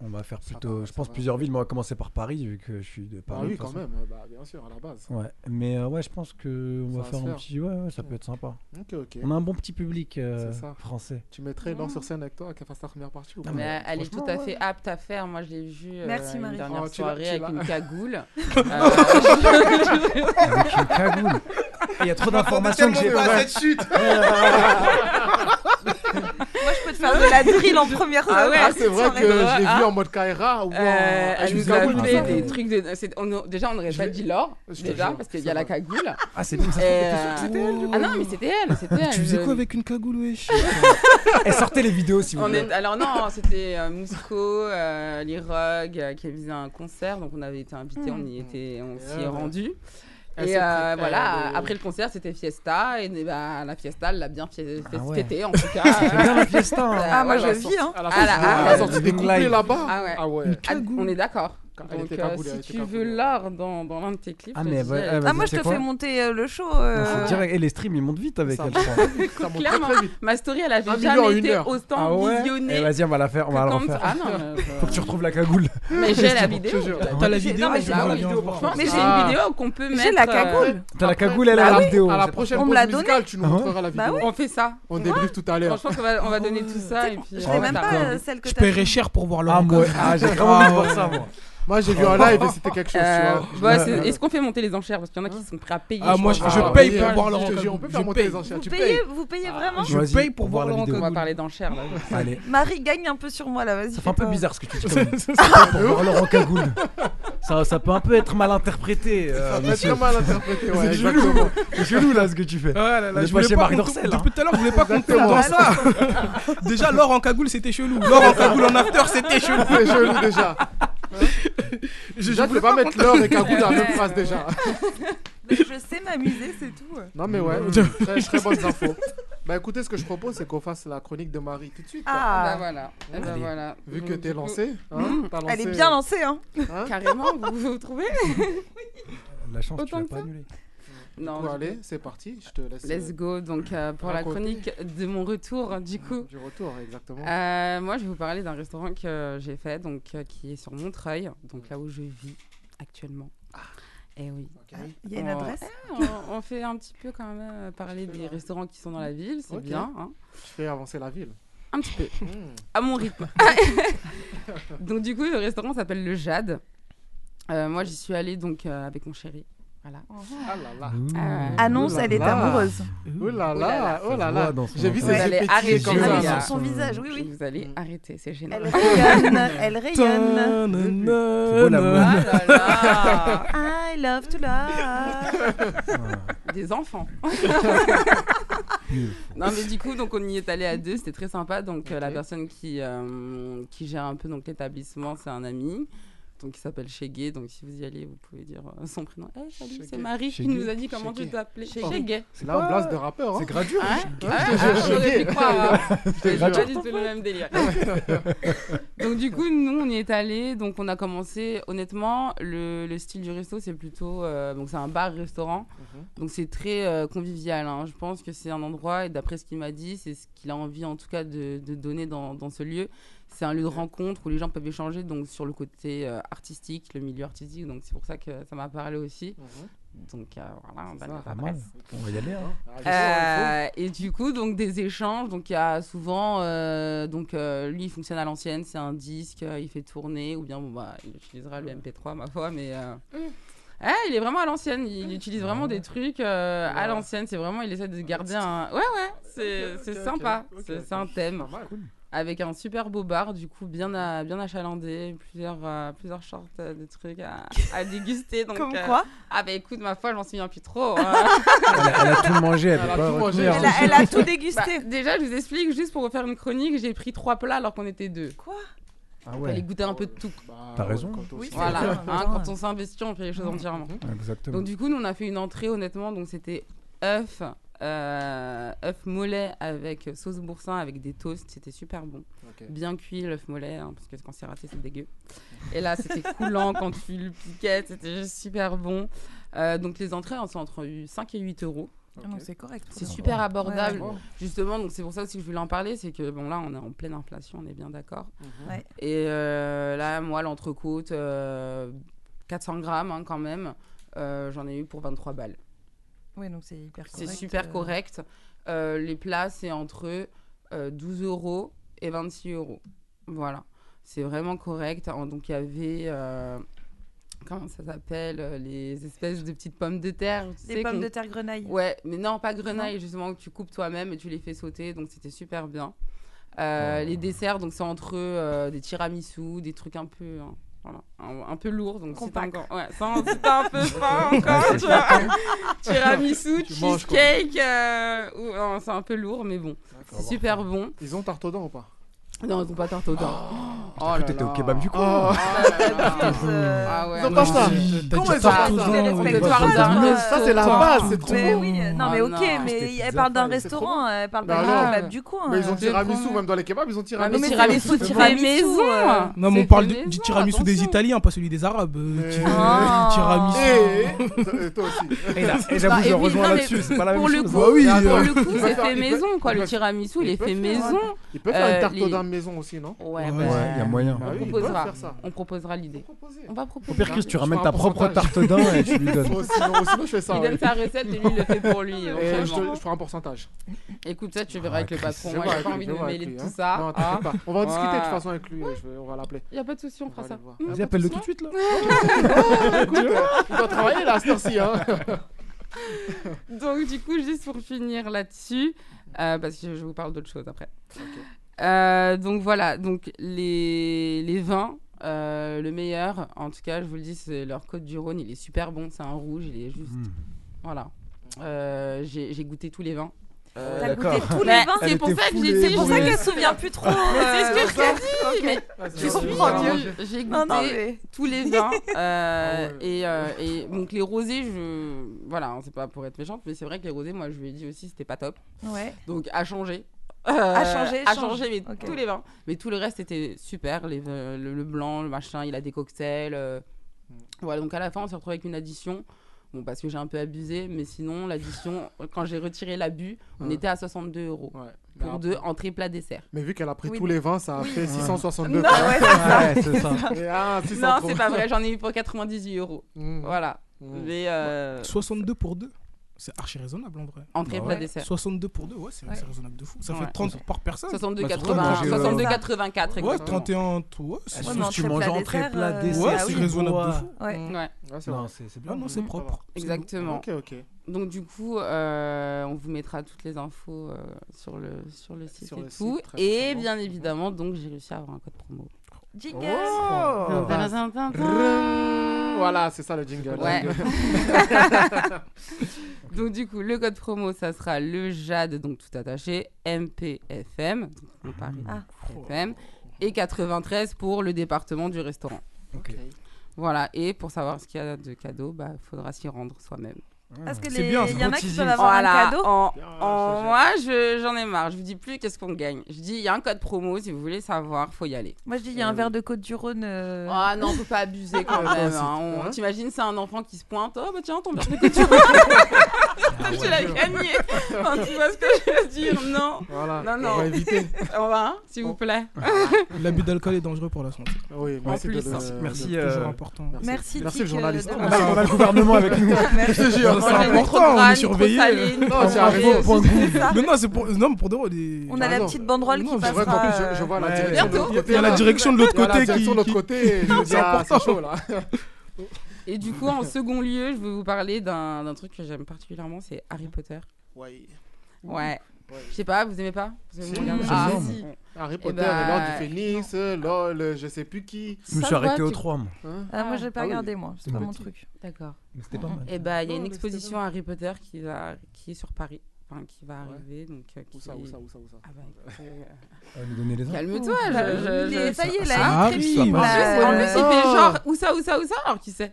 On va faire Ça plutôt, va, je ça pense, va. plusieurs villes. Mais on va commencer par Paris, vu que je suis de Bah Paris. de oui, toute quand façon. même, euh, bah, bien sûr, à la base. Ouais. Mais euh, ouais, je pense qu'on Ça va va se faire un faire. petit. Ouais, ouais, ça peut Ouais. être sympa. Ok, ok. On a un bon petit public euh, C'est ça. français. Tu mettrais Laure sur scène avec toi qu'elle fasse ta première partie ou pas Mais mais elle est franchement, tout à ouais. fait apte à faire. Moi, je l'ai vue euh, Merci, une Marie. dernière Oh, tu l'as- soirée tu avec l'as. une cagoule. Euh, Avec une cagoule. Il y a trop d'informations que j'ai pas. Moi, je peux te faire de la drill en première Ah ouais, Ah, c'est vrai soirée. que je l'ai Ah. vu en mode Kaira ou en- euh, Ah, je elle suis nous a cagoule, appelé fait putain. ça. des trucs de. c'est- on a- déjà, on n'aurait pas dit l'or, je te déjà, jure, parce qu'il c'est y a la vrai. cagoule. Ah, c'est bien ça. Et, se trouve, euh, c'était elle, du coup. Ah non, mais c'était elle, c'était elle. euh, Tu faisais Je- quoi avec une cagoule, wesh Eh, sortez les vidéos si vous On voulez. est... Alors non, c'était euh, Mousco, euh, les Rogues euh, qui faisaient un concert, donc on avait été invités, on y était, on s'y est Ouais. rendu. Elle Et s'est euh, pris- voilà, elle est- après le concert, c'était Fiesta, et eh ben, la Fiesta, elle l'a bien fiesta Ah ouais. en tout cas. C'est bien la fiesta. hein. Ah, moi, Ouais, ouais, je vis, hein. Elle a Ah, sorti- là, elle ah, a sorti des Living couplets Life. là-bas. Ah ouais. Ah ouais. Ah, on est d'accord. Elle Donc, était euh, cagoule, elle si était tu cagoule. veux l'art dans, dans l'un de tes clips, Ah, je mais te bah, dis, ah, Ah, vas-y, moi, tu je sais te quoi fais monter euh, le show. Non, c'est euh, direct. Et les streams, ils montent vite avec Ça elle. je va. crois. Ça monte clairement. très, très vite. ma story, elle Un avait million en jamais une été heure. autant Ah ouais Eh, visionnée. Vas-y, on va la faire. On que va la quand- refaire. Ah non, mais, euh, Faut que tu retrouves la cagoule. mais j'ai la Je te vidéo. jure. T'as la j'ai- vidéo non, mais j'ai- on ah va oui, bien voir. Franchement, mais j'ai Ah. une vidéo qu'on peut mettre. J'ai la euh, cagoule. T'as la Après, cagoule, elle a à la la- vidéo. À la prochaine On me pause l'a musicale, tu nous Ah ouais montreras la Bah vidéo. On fait ça. On débriefe tout à Moi, l'heure. je pense qu'on va, on va donner tout ça. Et puis, Je Ah l'ai ouais, même pas d'accord. euh, celle que Je t'as paierais fait. cher pour voir Ah, leur moi, ah, j'ai vraiment envie de voir ça, moi. Moi, j'ai vu un live et c'était quelque chose. Euh, tu vois. Je- bah, c'est- Est-ce qu'on fait monter les enchères Parce qu'il y en a qui sont prêts à payer. Ah, moi, je, pense. je Ah, paye oui, pour euh, voir je leur te jure, on peut faire monter les enchères. Vous Tu payes. payez, vous payez vraiment Je Vas-y, paye pour on voir voit la leur vidéo. On va cagoule. parler d'enchères là. Allez. Marie, gagne un peu sur moi là, vas-y. Ça fait un fais peu pas- bizarre ce que tu dis. quand même. Paye pour voir Laurent Cagoule. Ça, ça peut un peu être mal interprété. euh, Ça peut être monsieur. très mal interprété, ouais, C'est chelou. exactement. C'est chelou là ce que tu fais. Ah là On est pas là, je voulais chez pas Marie qu'on Dorcel, tombe- hein. Depuis tout à l'heure, je voulais pas qu'on tombe dans Voilà. ça. Déjà, l'or en cagoule, c'était chelou. L'or en cagoule en after, c'était chelou. C'est chelou déjà. Je, je Déjà, tu voulais peux pas mettre l'heure et Cagoule dans la même Ouais, phrase ouais, déjà. Je sais m'amuser, c'est tout. Non, mais ouais, très, très bonnes infos. Bah écoutez, ce que je propose, c'est qu'on fasse la chronique de Marie tout de suite. quoi. Bah Ah, voilà. Eh ben, Allez. voilà. Vu Donc, que du t'es coup, lancé, hein, t'as lancé. elle est bien lancée, hein. hein. Carrément, vous vous trouvez La chance, tu Autant l'as que pas ça. annulée. Non. euh, Bon, du allez, coup. c'est parti. Je te laisse. Let's go. Donc, euh, pour la Raconte. chronique de mon retour, du coup. Du retour, exactement. Euh, moi, je vais vous parler d'un restaurant que j'ai fait, donc euh, qui est sur Montreuil, donc là où je vis actuellement. Et oui. Ah. Il y a une Oh. adresse. On, on fait un petit peu quand même euh, parler des restaurants qui sont dans Mm. la ville, c'est Ok. bien. hein. Tu fais avancer la ville. Un petit peu, Mm. à mon rythme. donc du coup, le restaurant s'appelle le Jade. Euh, moi, j'y suis allée donc euh, avec mon chéri. Voilà. Ah là là. Ouh. Euh, Annonce, Oulala. elle est amoureuse. Oh là Oh là là. là. Oh là Ça se là. voit dans son J'ai vu visage. ses Vous allez yeux arrêter, pétiller comme les Ah, ça. mais gars. sur là. son visage, oui, oui. Vous allez Mm. arrêter, c'est gênant. Elle rayonne, elle rayonne. C'est beau, la parler. voix. Ah là là I love to love. Des enfants. Mieux. Non mais du coup donc on y est allé à deux, c'était très sympa. Donc euh, la personne qui euh, qui gère un peu donc l'établissement, c'est un ami. donc, qui s'appelle Cheguet. Donc si vous y allez, vous pouvez dire euh, son prénom. Eh, salut, Cheguet. c'est Marie qui Cheguet. nous a dit comment tu Cheguet. t'appelais. Cheguet. Cheguet. C'est là un blast de rappeur, hein. C'est gratuit, Ouais, Cheguet. ouais, Je te jure, Ah, ah, j'aurais Cheguet. pu croire, hein. C'est C'est pas gratuit. du tout le même délire. Ah donc du coup, nous, on y est allé. Donc on a commencé, honnêtement, le, le style du resto, c'est plutôt... euh, donc c'est un bar-restaurant. Mhm. Donc c'est très euh, convivial. hein. Je pense que c'est un endroit, et d'après ce qu'il m'a dit, c'est ce qu'il a envie en tout cas de, de donner dans, dans ce lieu. C'est un lieu de rencontre où les gens peuvent échanger donc, sur le côté euh, artistique, le milieu artistique. Donc c'est pour ça que ça m'a parlé aussi. Donc euh, voilà, on C'est va ça. notre Pas mal. adresse. On va y aller, hein. Euh, Ah, et du coup, donc des échanges. Donc il y a souvent, euh, donc euh, lui il fonctionne à l'ancienne, c'est un disque, euh, il fait tourner, ou bien bon, bah, il utilisera le MP3 ma foi, mais euh, Mm. ah, il est vraiment à l'ancienne. Il utilise vraiment des trucs euh, à l'ancienne. C'est vraiment, il essaie de garder un. Ouais, ouais, c'est Ok, c'est ok, sympa. ok, c'est ok. c'est un thème. Pas mal. Cool. Avec un super beau bar, du coup, bien, à, bien achalandé, plusieurs, euh, plusieurs sortes euh, de trucs à, à déguster. Donc, Comme quoi Ah, bah écoute, ma foi, je m'en souviens plus trop. hein. Elle a- elle a tout mangé, elle peut a pas tout mangé. retenir. Elle a- elle a tout dégusté. Bah, déjà, je vous explique, juste pour refaire une chronique, j'ai pris trois plats alors qu'on était deux. Quoi Ah il fallait ouais. goûter un peu de tout. Bah, T'as raison. Oui, c'est voilà, vrai. hein, quand on s'investit, on fait les choses entièrement. Exactement. Donc du coup, nous, on a fait une entrée, honnêtement, donc c'était œuf, euh, œuf mollet avec sauce boursin, avec des toasts, c'était super bon. Ok. Bien cuit, l'œuf mollet, hein, parce que quand c'est raté, c'est dégueu. Et là, c'était coulant quand tu le piquais, c'était juste super bon. Euh, donc les entrées, elles sont entre 5 et 8 euros. Ah non, c'est correct. C'est super abordable. Ouais. Justement, donc c'est pour ça aussi que je voulais en parler, c'est que bon là on est en pleine inflation, on est bien d'accord. Mhm. Ouais. Et euh, là moi l'entrecôte euh, 400 grammes hein, quand même, euh, j'en ai eu pour 23 balles. Oui, donc c'est hyper C'est correct. super euh. correct. Euh, les plats c'est entre euh, 12 euros et 26 euros. Voilà, c'est vraiment correct. En- Donc il y avait euh, comment ça s'appelle euh, les espèces de petites pommes de terre. tu Des sais, pommes qu'on- de terre grenaille. Ouais, mais non, pas grenaille, Non. justement, que tu coupes toi-même et tu les fais sauter, donc c'était super bien. Euh, Les desserts, donc c'est entre euh, des tiramisu, des trucs un peu. hein, voilà, un, un peu lourds, donc si t'as Compact. encore. Ouais, sans- si t'as un peu faim encore, Ouais, tu c'est vois. ça. tiramisu, Tu manges, quoi. cheesecake, euh, ou- non, c'est un peu lourd, mais bon, c'est super bon. Ils ont tarte aux dents ou pas Non, ils ont pas tarte aux dents. Oh, là t'étais là. au kebab du coup. Oh, là là. Euh, Ah ouais, ils ont non, pas ça. c'est- Comment t'as ils dit ont ça, pas c'est ça des Ah, respects on par doit- d'un Ça, c'est la restaurant. base, c'est trop Mais bon. oui, euh, non, Ah mais non. ok, mais elle parle d'un restaurant, elle parle d'un kebab du coin. Mais ils ont euh. tiramisu, même dans les kebabs, ils ont Ah, mais tiramisu. tiramisu, C'est tiramisu, maison. euh, Non, mais on parle du, du tiramisu des Italiens, pas celui des Arabes. euh, ti- Tiramisu. Eh, Et j'avoue, je Bah, et le puis, rejoins non, mais là-dessus, c'est pas la même pour le chose. Bah hein. coup, pour le coup, c'est fait maison, quoi. Le tiramisu, il est fait maison. Ils peuvent faire une Euh, tarte aux les- dents maison aussi, non Ouais, Ouais, ouais, y a moyen. On Bah oui, ils peuvent proposera, faire ça. on proposera l'idée. On va proposer. Au pire, Chris, tu Je ramènes prends un ta propre pourcentage. tarte aux dents et tu lui donnes. Oh, sinon- sinon, je fais ça, Il ouais. donne sa recette et lui, il le fait pour lui. Et éventuellement. je te- je prends un pourcentage. Écoute, ça, tu verras Ah, avec le Chris, patron. je Moi, vois j'ai pas avec lui, envie de je me vois mêler avec de lui, tout hein. ça. Non, t'inquiète hein. pas. On va en discuter de toute Ouais. façon avec lui. je vais- On va l'appeler. Il n'y a pas de souci, on fera ça. Mm, Vas-y, appelle-le tout de suite, là. Il doit travailler là à cette heure-ci. Hein. Donc, du coup, juste pour finir là-dessus, euh, parce que je vous parle d'autre chose après. Euh, donc, voilà. Donc, les, les vins, euh, le meilleur, en tout cas, je vous le dis, c'est leur Côte du Rhône. Il est super bon. C'est un rouge. Il est juste. Mm. Mhm. Voilà. Euh, J'ai j'ai goûté tous les vins. Euh, T'as d'accord. goûté tous les Mais vins C'est Elle pour était ça que j'ai foulée, dit. C'est pour ça je- qu'elle se souvient plus trop, Mais euh, C'est ce que je t'ai ça. dit. Ok. mais Ah, c'est je vrai. comprends Non, mieux. mais- J'ai goûté Non, non, mais- tous les vins. Ah euh, et, euh, et donc les rosés, je... voilà, hein, c'est pas pour être méchante, mais c'est vrai que les rosés, moi je lui ai dit aussi c'était pas top. Ouais. Donc à changer. À changer, à change. changer, mais Ok. tous les vins. Mais tout le reste était super. Les, vins- le, le blanc, le machin, il a des cocktails. euh. Voilà, donc à la fin, on s'est retrouvé avec une addition. Bon, parce que j'ai un peu abusé, mais sinon, l'addition, quand j'ai retiré l'abus, on Ouais. était à 62 euros Mais pour après- deux entrées plat dessert. Mais vu qu'elle a pris Oui. tous les vins, ça a fait 662 Non, ouais, c'est ça. Et, ah, 600 non, trop. c'est pas vrai, j'en ai eu pour 98 euros. Mm. Mm. Voilà. Mais euh, 62 pour 2 c'est archi raisonnable en vrai. Entrée, Bah plat, ouais. dessert. 62 pour 2, ouais, c'est Ouais. c'est raisonnable de fou. Ça Ouais. fait 30 par personne. 62, 80, 62, 84, Ouais, exactement. 31, t- ouais, Ah, surtout si tu manges entrée, plat, dessert, Ouais, ah c'est oui. raisonnable de Ouais. fou. Ouais. c'est Non, vrai. c'est- c'est bien. Ah non, c'est Mhm. propre. C'est beau. Exactement. Ok, ok. Donc du coup, euh, on vous mettra toutes les infos euh, sur, le, sur le site Sur et le site, tout. très Mhm. et bien évidemment, donc j'ai réussi à avoir un code promo. Jingle Oh. Voilà, c'est ça le jingle. Ouais. Jingle. donc du coup, le code promo, ça sera le JAD, donc tout attaché, MPFM, donc on parle Ah. FM, et 93 pour le département du restaurant. Voilà, et pour savoir ce qu'il y a de cadeau, bah, faudra s'y rendre soi-même. Parce que C'est les- bien, c'est il y en a qui bon peuvent teasing. avoir un Voilà, cadeau. en- Ah, Bien, en- je sais. moi, je- j'en ai marre. Je vous dis plus qu'est-ce qu'on gagne. Je dis, il y a un code promo, si vous voulez savoir, faut y aller. Moi, je dis, il y a un verre de côte du Rhône. euh, Ah non, faut pas abuser quand Ah, même. c'est- hein. On ouais. t'imagine, c'est un enfant qui se pointe. Oh bah tiens, ton verre de côte du Rhône. Je l'ai gagné. Enfin, tu vois ce que je veux dire Non. Voilà, Non, on non. va éviter. On va, hein, s'il vous plaît. L'abus d'alcool est dangereux pour la santé. Oui, merci de le- merci. de- merci, de- euh, toujours important. Merci. Merci, Merci le Tic, journaliste. euh, de- On a- Bah, on a le gouvernement avec nous. Ah, Je te jure, c'est important, on est surveillé. Oh, Non, c'est un Pour- pour- réseau. Mais non, c'est pour non, mais pour de vrai, les- On a la petite banderole qui euh, C'est vrai qu'en plus, euh, je, je vois la Ouais. direction de Bientôt. l'autre côté. Il y a la direction de l'autre Il y a la côté direction qui- de l'autre qui- côté. et je me dis, C'est ah, C'est important. chaud là. Et du coup, en second lieu, je vais vous parler d'un d'un truc que j'aime particulièrement, c'est Harry Potter. Ouais. Ouais. Ouais. Je sais pas, vous aimez pas Vous aimez Si, bien j'aime Ah, bien. si. Harry Eh Potter, ben, l'ordre du phénix, euh, LOL, je sais plus qui. Je me suis arrêté aux trois, moi. Hein Ah, moi, j'ai pas Ah oui. regardé, moi. C'est C'est pas mon mon petit. truc. D'accord. Mais c'était pas mal. Et bah, il y a Non, une mais c'était exposition Harry Potter qui, va, qui est sur Paris, enfin, qui va arriver. Donc, euh, qui... Où ça, où ça, où ça, où ça Ah bah, écoutez, euh, Ah, Elle nous donnait les uns. Calme-toi, Ouh, je- bah, je- il je- est- ça y est, là, Ah il oui, est ça crédible. va. En plus, en plus, il Oh. fait genre où ça, où ça, où ça, alors qui sait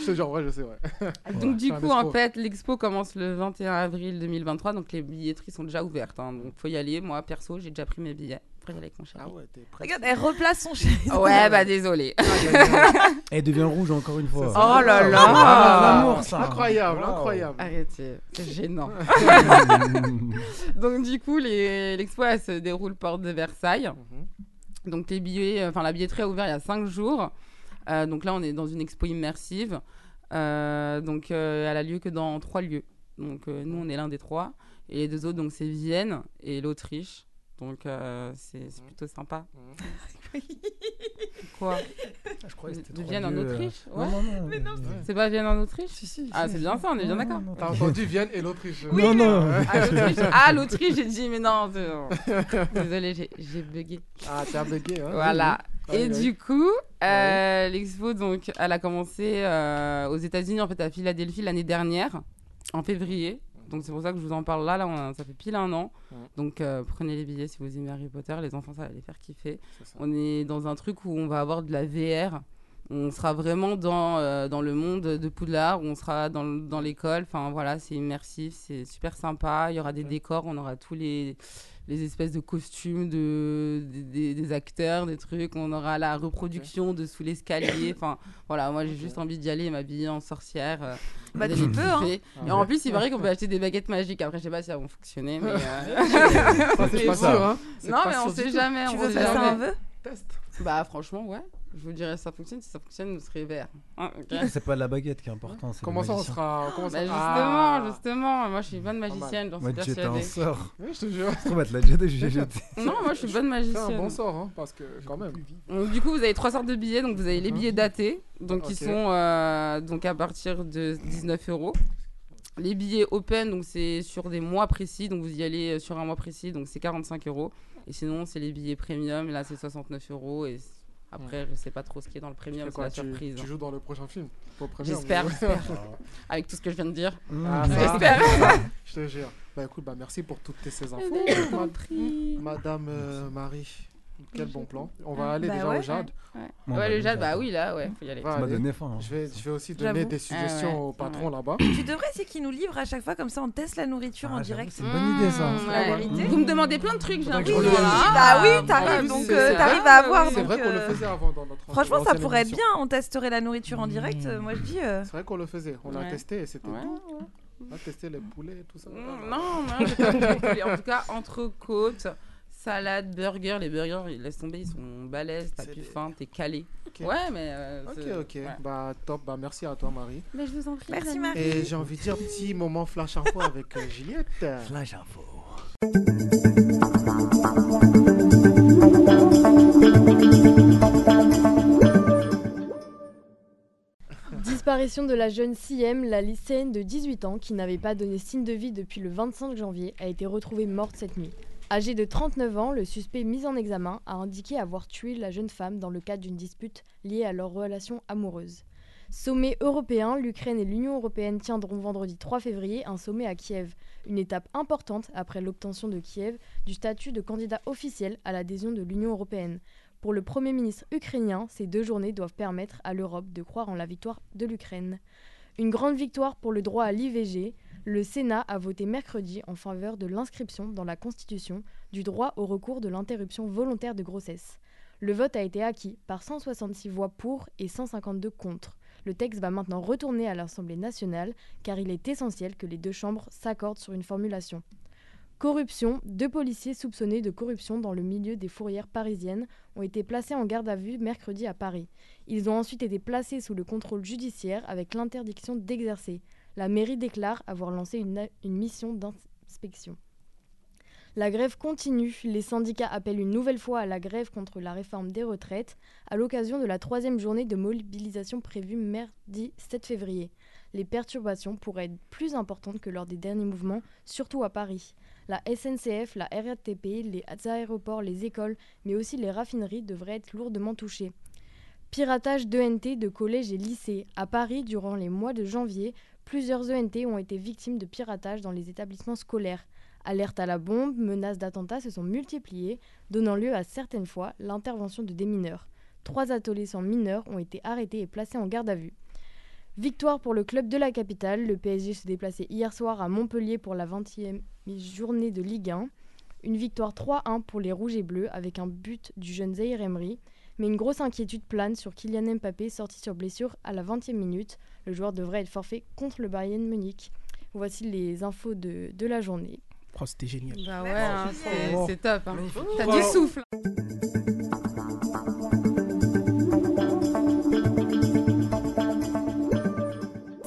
Je te jure, ouais, je sais, ouais. Donc du C'est un coup, en escroc. fait, l'expo commence le 21 avril 2023, donc les billetteries sont déjà ouvertes. Hein, donc faut y aller. Moi, perso, j'ai déjà pris mes billets. Faut y aller avec mon chéri. Ah ouais, t'es prêt. Regarde, elle replace son chien. Ah ouais, bah désolé. Elle devient rouge encore une fois. Oh là Ah, là. L'amour, ça. Incroyable, Wow. incroyable. Ah, Arrêtez, c'est gênant. Ah. donc du coup, les- l'expo elle se déroule porte de Versailles. Donc les billets, euh, enfin la billetterie a ouvert il y a 5 jours. Euh, donc là, on est dans une expo immersive. Euh, donc euh, elle a lieu que dans trois lieux. Donc euh, nous, on est l'un des trois. Et les deux autres, donc c'est Vienne et l'Autriche. Donc euh, c'est Mmh. c'est plutôt sympa. Quoi Je croyais que Mmh. c'était De trois Vienne en lieux, euh, Autriche non, Ouais. non, non, Mais non, euh, C'est pas Vienne en Autriche Ah, c'est bien ça, on est bien Non, d'accord. non, non. T'as entendu Vienne et l'Autriche. Oui, Non, non. Ah, l'Autriche, ah, l'Autriche, j'ai dit, mais non. c'est- non. Désolée, j'ai- j'ai bugué. Ah, t'es un bugué, hein. Voilà. Ah oui, Et oui. du coup, euh, l'expo, donc, elle a commencé euh, aux États-Unis, en fait, à Philadelphie l'année dernière, en février. Donc, c'est pour ça que je vous en parle là. Là, on a- ça fait pile un an. Ouais. Donc, euh, prenez les billets si vous aimez Harry Potter. Les enfants, ça va les faire kiffer. C'est ça. On est dans un truc où on va avoir de la VR. On sera vraiment dans, euh, dans le monde de Poudlard, où on sera dans, le- dans l'école. Enfin voilà, c'est immersif, c'est super sympa. Il y aura des décors, on aura tous les, les espèces de costumes de, des, des- des acteurs, des trucs. On aura la reproduction de sous l'escalier. Enfin voilà, moi j'ai juste envie d'y aller et m'habiller en sorcière. euh, Bah, d'aller tu peux, hein. kiffer. Ah, Et en plus, il paraît qu'on peut acheter des baguettes magiques. Après, je sais pas si elles vont fonctionner, mais. euh, Ça, c'est mais pas bon. sûr, hein. C'est Non, pas mais sûr on du sait tout. jamais. Tu on veux sait passer jamais. un vœu Test. Bah franchement ouais, je vous dirais si ça fonctionne, si ça fonctionne nous serez verts. Hein, ok. C'est pas la baguette qui est importante. c'est le Comment ça, on magicien. sera. Comment Bah Ah, ça... justement, Ah. justement, moi je suis bonne Pas mal. magicienne, j'en Ouais, suis tu t'en persuadée. sors. Ouais, je te jure. Ça va te la jeter, je vais jeter. Non, moi je suis bonne C'est un magicienne. bon sort, hein, parce que quand même. Donc, du coup, vous avez trois sortes de billets, donc vous avez les billets datés, donc qui Mhm. Ok. sont euh, donc à partir de 19 euros. Les billets open, donc c'est sur des mois précis, donc vous y allez euh, sur un mois précis, donc c'est 45 euros. Et sinon, c'est les billets premium, là c'est 69 euros. Et c- après, je sais pas trop ce qui est dans le premium, Fais c'est Eh quoi, la tu, surprise. hein. tu joues dans le prochain film. Au premier, J'espère, mais- j'espère. Avec tout ce que je viens de dire. Ah, Mm. ça. J'espère. Je te jure. Bah écoute, bah merci pour toutes tes- ces infos. je t'en Ma- prie. Madame euh, Marie, quel Je bon t'en plan. On va aller Bah déjà ouais, au Jade. Bon, ouais, bah, le déjà, jade, bah oui, là, ouais, faut y aller. Va Ça m'a aller. donné faim. hein. Je vais, je vais aussi donner J'avoue. des suggestions Ah ouais. au patron là-bas. Tu devrais, c'est qu'il nous livre à chaque fois, comme ça on teste la nourriture Ah, en j'avoue, direct. C'est une bonne idée ça. Mmh, la ouais. vérité. Vous me demandez plein de trucs, j'ai un que je peu regarde. là. Bah oui, Ah, t'arrives, bon, donc c'est euh, ça. t'arrives à avoir. C'est donc, vrai qu'on le euh, faisait avant dans notre Franchement, ça ancienne pourrait être émission. bien, on testerait la nourriture en direct. euh, Moi je dis. euh, C'est vrai qu'on le faisait. On Ouais. a testé et c'était Ouais, tout. On a testé les poulets et tout ça. Mmh, Non, non, j'ai pas trop voulu. En tout cas, entrecôte, salade, burger. Les burgers, ils- laisse tomber, ils sont balèzes, t'as C'est plus des- faim, t'es calé. Ok. Ouais, mais. euh, Ok, c'est- ok. ouais. Bah top. Bah merci à toi, Marie. Mais je vous en prie. les Merci amis. Marie. Et j'ai envie de dire petit moment flash info avec euh, Juliette. Flash info. Disparition de la jeune CM, la lycéenne de 18 ans qui n'avait pas donné signe de vie depuis le 25 janvier, a été retrouvée morte cette nuit. Âgé de 39 ans, le suspect mis en examen a indiqué avoir tué la jeune femme dans le cadre d'une dispute liée à leur relation amoureuse. Sommet européen, l'Ukraine et l'Union européenne tiendront vendredi 3 février un sommet à Kiev, une étape importante après l'obtention de Kiev du statut de candidat officiel à l'adhésion de l'Union européenne. Pour le Premier ministre ukrainien, ces deux journées doivent permettre à l'Europe de croire en la victoire de l'Ukraine. Une grande victoire pour le droit à l'IVG. Le Sénat a voté mercredi en faveur de l'inscription dans la Constitution du droit au recours de l'interruption volontaire de grossesse. Le vote a été acquis par 166 voix pour et 152 contre. Le texte va maintenant retourner à l'Assemblée nationale car il est essentiel que les deux chambres s'accordent sur une formulation. Corruption. Deux policiers soupçonnés de corruption dans le milieu des fourrières parisiennes ont été placés en garde à vue mercredi à Paris. Ils ont ensuite été placés sous le contrôle judiciaire avec l'interdiction d'exercer. La mairie déclare avoir lancé une, une mission d'inspection. La grève continue. Les syndicats appellent une nouvelle fois à la grève contre la réforme des retraites à l'occasion de la troisième journée de mobilisation prévue mardi 7 février. Les perturbations pourraient être plus importantes que lors des derniers mouvements, surtout à Paris. La SNCF, la RATP, les aéroports, les écoles, mais aussi les raffineries devraient être lourdement touchées. Piratage d'ENT de collèges et lycées. À Paris, durant les mois de janvier, plusieurs ENT ont été victimes de piratage dans les établissements scolaires. Alertes à la bombe, menaces d'attentats se sont multipliées, donnant lieu à certaines fois l'intervention de des mineurs. Trois adolescents mineurs ont été arrêtés et placés en garde à vue. Victoire pour le club de la capitale, le PSG se déplaçait hier soir à Montpellier pour la 20e journée de Ligue 1. Une victoire 3-1 pour les Rouges et Bleus avec un but du jeune Zaire Emery, mais une grosse inquiétude plane sur Kylian Mbappé sorti sur blessure à la 20e minute. Le joueur devrait être forfait contre le Bayern Munich. Voici les infos de, de la journée. Oh, c'était génial. Bah ouais, hein, c'est- Bon. c'est top. hein. T'as Wow. du souffle.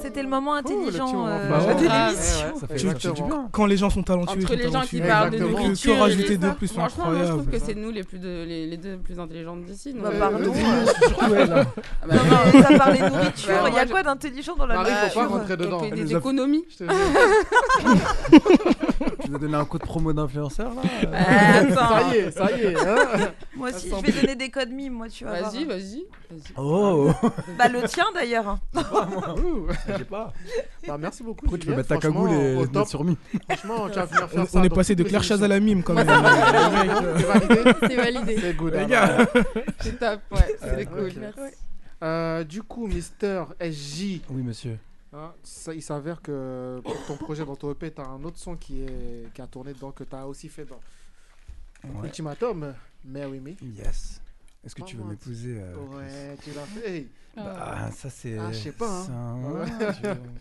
C'était le moment intelligent moment euh, fort. de Grave, Bah Ah l'émission. ouais, ouais, ça fait- ça fait du bien. Quand les gens sont talentueux, Entre ils les sont gens qui talentueux. parlent de Exactement. Que nourriture, et rajouter les de autres. plus, c'est Franchement, moi, je trouve incroyable. que c'est nous les, plus de- les, les deux plus intelligentes d'ici. donc- Bah, pardon. Mmh. Ah bah, Non, non. mais ça parlait Bah, nourriture, moi, il y a je- quoi d'intelligent dans la Marie, faut nourriture pas rentrer dedans. On fait Elle des nous a- économies. Je te Tu veux donner un coup de promo d'influenceur là Euh, Attends. moi aussi, Attends. je vais donner des codes mimes, moi, tu vas Vas-y, voir. vas-y. Oh Bah, le tien d'ailleurs. Ah, J'ai pas. Bah, merci beaucoup. Pourquoi tu veux mettre ta cagoule et te mettre sur mi Franchement, tu vas venir faire On- ça on est dans passé de toutes Claire les Chazal à émissions. mime, quand Ouais, même. C'est validé. C'est validé. C'est good. hein, Les alors. gars. C'est top, ouais, c'est Ok. cool. Merci. Euh, du coup, Mister SJ. Oui, monsieur. hein, ça- il s'avère que pour ton projet dans ton EP, t'as un autre son qui, est, qui a tourné dedans, que t'as aussi fait dans Ouais. Ultimatum, Marry Me. Yes. Est-ce que tu veux Maman, m'épouser euh, Ouais, tu l'as fait. Hey. Bah, ça c'est. Ah, je sais pas. hein. c'est un- Ouais.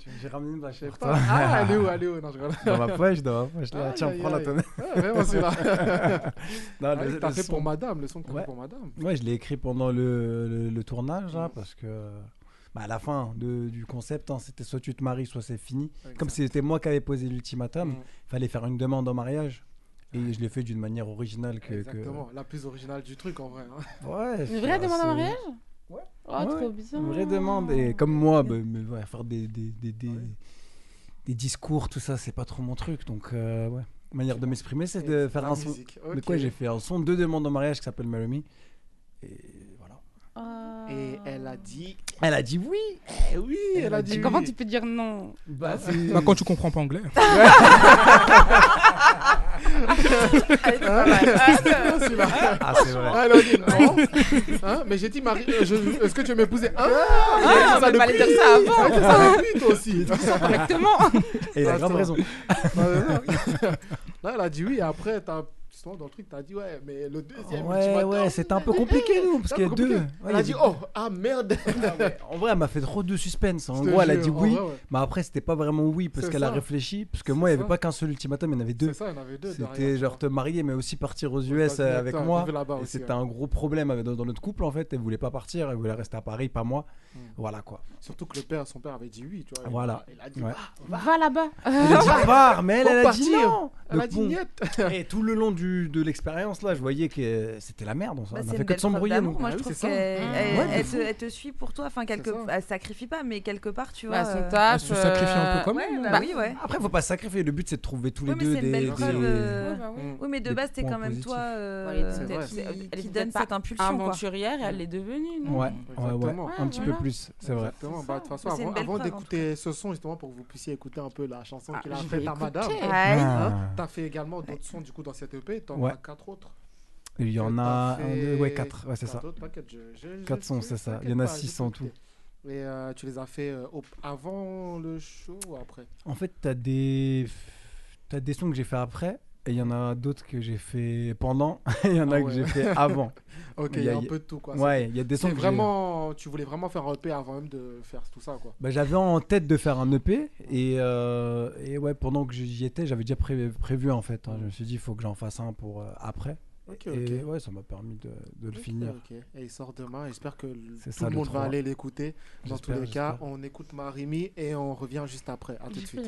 J'ai- J'ai ramené une vache. Je sais pas. Ah, elle est où Elle est où Non, je rigole. Dans ma poche, dans ma poche. Là, Aïe, tiens, aïe, prends la aïe. tonne. Ouais, vraiment, celui-là. Non, Ah, le- t'as le fait son- pour madame, le son que t'as fait Ouais. pour madame. Ouais, je l'ai écrit pendant le, le- le tournage, Mmh. hein, parce que bah, à la fin de- du concept, hein, c'était soit tu te maries, soit c'est fini. Comme c'était moi qui avais posé Mmh. l'ultimatum, il fallait faire une demande en mariage. Et je l'ai fait d'une manière originale que. que- Exactement, la plus originale du truc en vrai. hein. Ouais, Une c'est vraie demande en assez- mariage Ouais. Oh, trop bien. Une vraie demande. Et comme moi, bah, mais ouais, faire des, des, des, des, des discours, tout ça, c'est pas trop mon truc. Donc, euh, ouais. Manière de m'exprimer, c'est de faire la un son. musique, De ok. quoi j'ai fait un son de demande en mariage qui s'appelle Marry Me. Ah. Et elle a dit. Elle a dit oui. Eh oui, elle, a dit. Comment oui. tu peux dire non Bah, Bah, quand tu comprends pas anglais. Ah, c'est vrai. Ah, elle a dit non. Hein, mais j'ai dit, Marie, euh, je- est-ce que tu veux m'épouser Ah, Ah, on ça peut le pas aller prix. dire ça avant. Ouais, ça le prix, toi aussi. Correctement. Et il a grave Attends. raison. Non, non, non. Là, elle a dit oui, et après, t'as. Justement, dans le truc, t'as dit ouais, mais le deuxième. Ouais, ouais, c'était un peu compliqué, nous, parce C'est un qu'il y a peu deux. compliqué. Ouais, il Elle y a a dit des- oh, ah merde. En vrai, elle m'a fait trop de suspense. En Je te gros, elle a jure, dit en oui, vrai, ouais. mais après, c'était pas vraiment oui parce C'est qu'elle a ça. réfléchi. Parce que moi, il n'y avait pas qu'un seul ultimatum, il y en avait deux. ça, il y en avait deux derrière, C'était genre te marier, mais aussi partir aux Ouais, US euh, parce que, avec attends, moi. vivre là-bas Et aussi, c'était ouais. un gros problème avec- dans dans notre couple en fait. Elle voulait pas partir, elle voulait rester à Paris, pas moi. Hmm. Voilà quoi. hein. Surtout que le père, son père avait dit oui, tu vois. il- Voilà. Il a dit Ouais. ah, Va là-bas. Elle a dit au revoir, mais elle, Faut elle a dit partir. non. Elle a Donc dit bon. niette. Mm. Et tout le long du, de l'expérience là, je voyais que euh, c'était la merde. On s'en- Bah, on c'est a une fait que belle de preuve s'embrouiller. d'amour, nous. Ah moi je trouve qu'elle elle- Ouais, de elle te- fou. elle te suit pour toi, enfin quelque, elle se sacrifie pas, mais quelque part tu vois. Bah, son euh, taf, euh, Elle se sacrifie un peu quand ouais, même, bah hein. oui, ouais. Après, faut pas se sacrifier. Le but c'est de trouver tous les Oui, mais deux c'est une des. belle des- preuve. euh, Ouais, bah oui. Oui, mais de des base, c'est points quand même toi positifs. euh, Elle était qui- peut-être- qui- elle qui était donne peut-être cette pas impulsion. quoi. aventurière et elle l'est devenue, hmm. Ouais, non ouais, ouais, Exactement. un Ah, petit peu plus, c'est vrai. Exactement. Bah, de toute façon, Mais c'est une avant, belle avant preuve, en d'écouter ce son, justement, pour que vous puissiez écouter un peu la chanson qu'il a Ah, je vais faite à écouter. madame, Aïe. hein, Ah. t'as fait également d'autres sons du coup dans cette EP, t'en Ouais. as quatre autres. Il y en a T'as un, deux, fait- ouais, quatre. Ouais, c'est t'as ça. d'autres paquets, je- je- je- 400, c'est ça. Il y en a t'inquiète pas, 600 en j'ai tout. écouté. Et euh, tu les as fait euh, au- avant le show ou après En fait, t'as des... t'as des sons que j'ai fait après, et il y en a d'autres que j'ai fait pendant, et il y en a Ah que ouais. j'ai fait avant. ok, il y a un peu de tout quoi. Ouais, C'est- il y a des c'est sons que j'ai- vraiment. Tu voulais vraiment faire un EP avant même de faire tout ça quoi. Bah, j'avais en tête de faire un EP et, euh, et ouais pendant que j'y étais j'avais déjà pré- prévu en fait hein. je me suis dit il faut que j'en fasse un pour euh, après Ok, et ok. ouais ça m'a permis de, de le Ok, finir ok. Et il sort demain. J'espère que l- C'est tout ça, le le monde va 3. aller l'écouter. Dans tous J'espère, les cas, on écoute Marimi et on revient juste après. À tout de suite.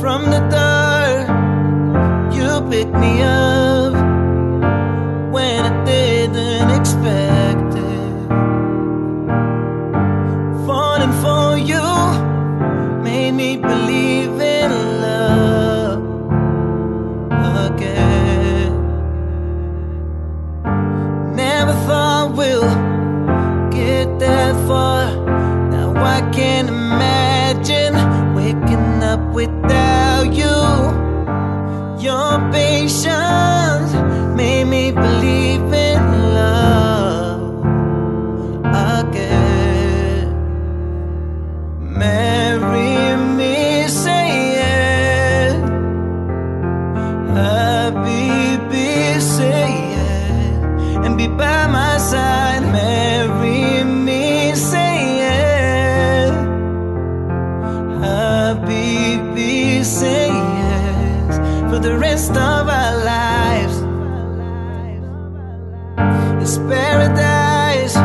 From the dirt, you picked me up when I didn't expect it. Falling for you made me believe in love again. Never thought we'll get that far. Now I can't imagine waking up without you. Your patience made me believe in love again. Marry me, say it. Happy, say it and be by my side. Marry me, say yes. Habibi, say yes for the rest of our lives. It's paradise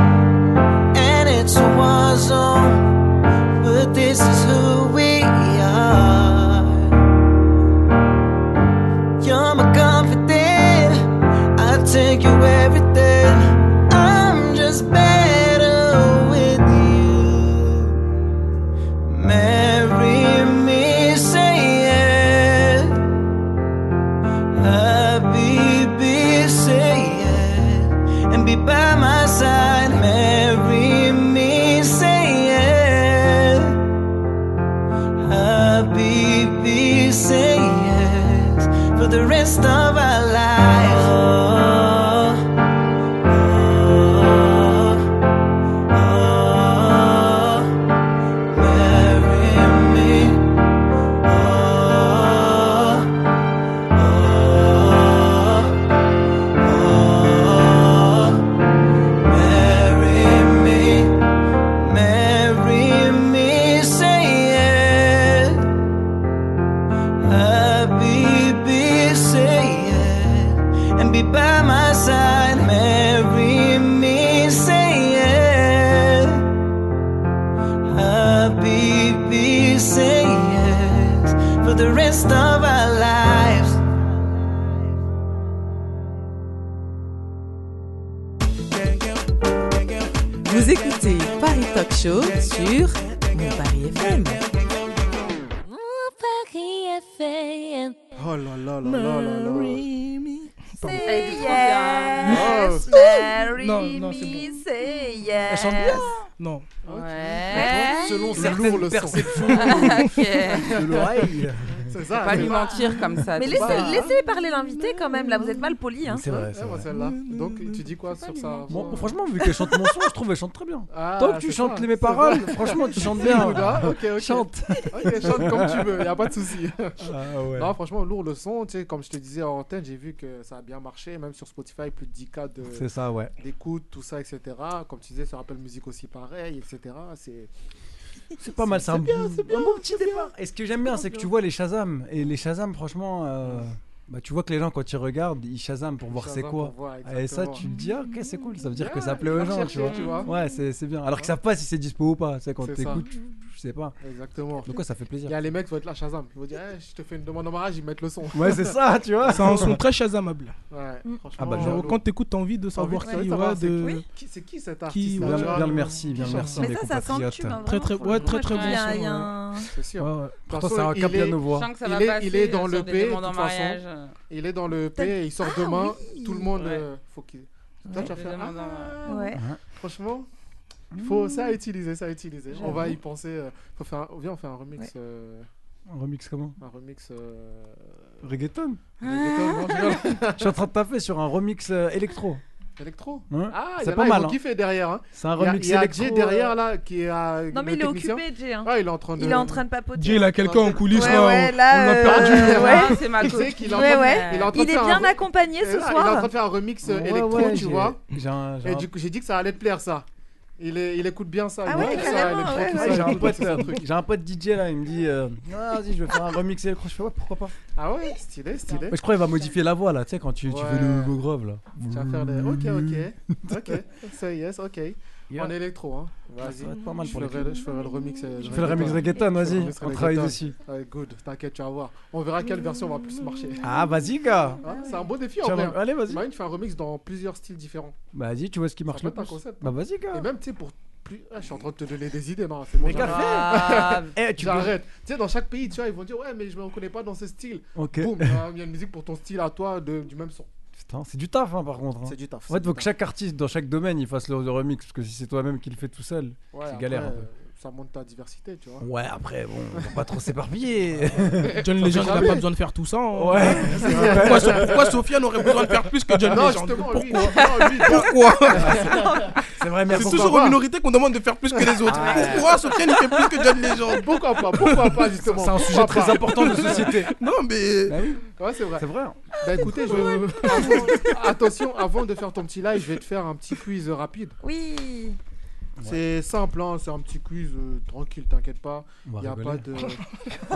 and it's a war zone, but this is who we are. You're my confidant. I take you everything. I'm just better with you. Marry me, say yes. Habibi, say yes. And be by my side. Marry me, say yes. Habibi, say yes. For the rest of our lives. Oh, oh, Ah, ah, Marry me, say yes. Habibi, say yes. And be by my side. Marry me, say yes. Habibi, say yes. For the rest of our lives. Vous écoutez Paris Talk Show sur Mon Paris FM. Paris FM. Oh là là là là là là. Say yes, Oh, yes, marry me, say yes. Elle chante bien Non. Eh Ouais. Selon certaines perceptions. Ok. De l'oreille. C'est ça. Faut pas lui mentir comme ça. Mais tu laissez, vois. laissez parler l'invité quand même, là vous êtes mal poli. Hein. C'est vrai, c'est Ouais, moi, vrai. celle-là. Donc tu dis quoi sur ça Bon, franchement, vu qu'elle chante mon son, je trouve qu'elle chante très bien. Ah, Tant que tu c'est chantes ça, les mes c'est paroles, vrai. franchement, tu chantes C'est bien. lourd, hein Ok, ok. Chante. Ok, chante comme tu veux, y a pas de souci. Ah ouais. Non, franchement, lourd le son. Tu sais, comme je te disais en antenne, j'ai vu que ça a bien marché, même sur Spotify, plus de 10K de- C'est ça, ouais. d'écoute, tout ça, etc. Comme tu disais, sur Apple Music aussi, pareil, etc. C'est C'est pas mal, c'est un, bien, bon- c'est bien. un bon petit départ. Et ce que j'aime bien, c'est que tu vois les Shazam. Et les Shazam, franchement, euh, bah, tu vois que les gens, quand ils regardent, ils Shazam pour voir c'est Shazam quoi. pour voir, et ça, exactement. tu te dis, ah, ok, c'est cool. Ça veut dire que Ouais, ça plaît il va aux gens, tu chercher, vois. tu vois. Ouais, c'est c'est bien. Alors qu'ils savent pas si c'est dispo ou pas. Tu sais, quand C'est ça. t'écoutes, tu- tu sais pas. Exactement. Donc, ouais, ça fait plaisir. Il y a les mecs qui vont être là, Shazam. Ils vont dire, Eh, je te fais une demande en mariage, ils mettent le son. Ouais, c'est ça, tu vois. C'est un son très chazamable. Ouais, Mm. franchement, Ah bah, euh, genre, quand t'écoutes, t'as envie de savoir envie de qui savoir va c'est de. qui- qui- c'est qui cet qui- artiste-là, Bien, tu vois, bien qui le merci, bien le chante. merci, Mais mes ça, ça compatriotes. s'entube, hein, Très, très- vraiment, ouais, faut le très, dire. très Moi, je bon trouve son, qu'il y a- il y ouais. a un- hein. C'est sûr. Ouais, ouais. De toute Pourtant, façon, c'est un il cap est- Yanovoa. Je sens que ça va il, est, passer, il est dans euh, sur le des P, de demandes en toute façon. mariage, euh. Il est dans le P Peut-être- et il sort Ah, demain. oui. Tout le monde, Ouais. euh, faut qu'il. Toi, Ouais. tu vas Des faire, demandes en ah, mariage. Ouais. Franchement, il faut ça Mmh. à utiliser, ça à utiliser. On va J'avoue. y penser. euh, faut faire, un- viens, on fait un remix. euh, Un remix comment un remix. euh, Reggaeton Ah. reggaeton, bon, je rigole. Je suis en train de taper sur un remix euh, électro. Électro Ouais. Ah, C'est c'est pas pas mal, mal. hein. Il kiffé derrière. hein. C'est un Il y a- remix il y a électro, euh. Jay derrière là qui est. euh, Non, mais le il est technicien. occupé, Jay. hein. Ah, il est en train de. Il est en train de papoter. Jay, il a quelqu'un en coulisses, Ouais, là, ouais, on- là, on l'a perdu. euh, ouais. Ah, c'est ma Tu copine. sais qu'il est en Ouais, train de- ouais. il est en train de Il est faire un bien re- accompagné Et ce là, Il hein. est en soir. train de faire un remix euh, Ouais, électro, ouais, tu j'ai- vois. J'ai un. j'ai Et un- du coup, j'ai dit que ça allait te plaire, ça. Il, est, il écoute bien ça. Ah il ouais, écoute ça, carrément, électro, ouais, tout ça, Ouais, j'ai il un, écoute pote, son euh, truc. j'ai un pote DJ là, il me dit euh, Ah, vas-y, je vais faire un remix électro. Je fais ouais, pourquoi pas Ah ouais, stylé, stylé. Mais Je crois qu'il va modifier la voix là, tu sais, quand tu, tu fais le Ouais. nouveau grove là. Tu vas faire des. Ok, ok. Ok. Ça yes, ok. Yeah. En électro, hein. Ça va Vas-y. être pas mal Je pour les ferai, le, je ferai le remix. euh, Je fais le remix reggaeton, Je ferai le vas-y, remix on travaille reggaeton. dessus. Ouais, good, t'inquiète, tu vas voir. On verra quelle version va plus marcher. Ah, vas-y, gars Hein, c'est un beau défi Tiens, en vrai. Allez, vas-y. Bah, Imagine, tu fais un remix dans plusieurs styles différents. Vas-y, tu vois ce qui marche peut le être un plus. concept. Eh ben, Bah, vas-y, Et gars. même, tu sais, pour plus. Ah, je suis en train de te donner des idées, non, c'est bon. Mais j'arrête. Ah, Eh, tu peux. J'arrête. Tu sais, dans chaque pays, tu vois, ils vont dire ouais, mais je me reconnais pas dans ce style. Ok. Boum, il y a une musique pour ton style à toi de- du même son. Putain, c'est du taf, hein, par contre. hein. C'est du taf. En fait, faut que chaque artiste dans chaque domaine il fasse le le remix, parce que si c'est toi-même qui le fais tout seul, c'est galère un peu. Ça monte ta diversité, tu vois. Ouais, après, bon, on va pas trop s'éparpiller. John Legend, il a pas besoin de faire tout ça. hein. ouais. Pourquoi, So- pourquoi Sofiane aurait besoin de faire plus que Ah, John non, Legend justement, lui, Pourquoi non, lui, non. Pourquoi C'est vrai, C'est merci. pourquoi toujours aux pas minorités qu'on demande de faire plus que les autres. Pourquoi Sofiane il fait plus que John Legend Pourquoi pas Pourquoi pas, justement C'est un sujet très pourquoi pas important de société. Non, mais. Ouais, c'est vrai. C'est vrai. hein. Bah écoutez, je... avant- attention, avant de faire ton petit live, je vais te faire un petit quiz euh, rapide. Oui. C'est simple, hein, c'est un petit quiz euh, tranquille, t'inquiète pas. On va Il y a rigoler. pas de.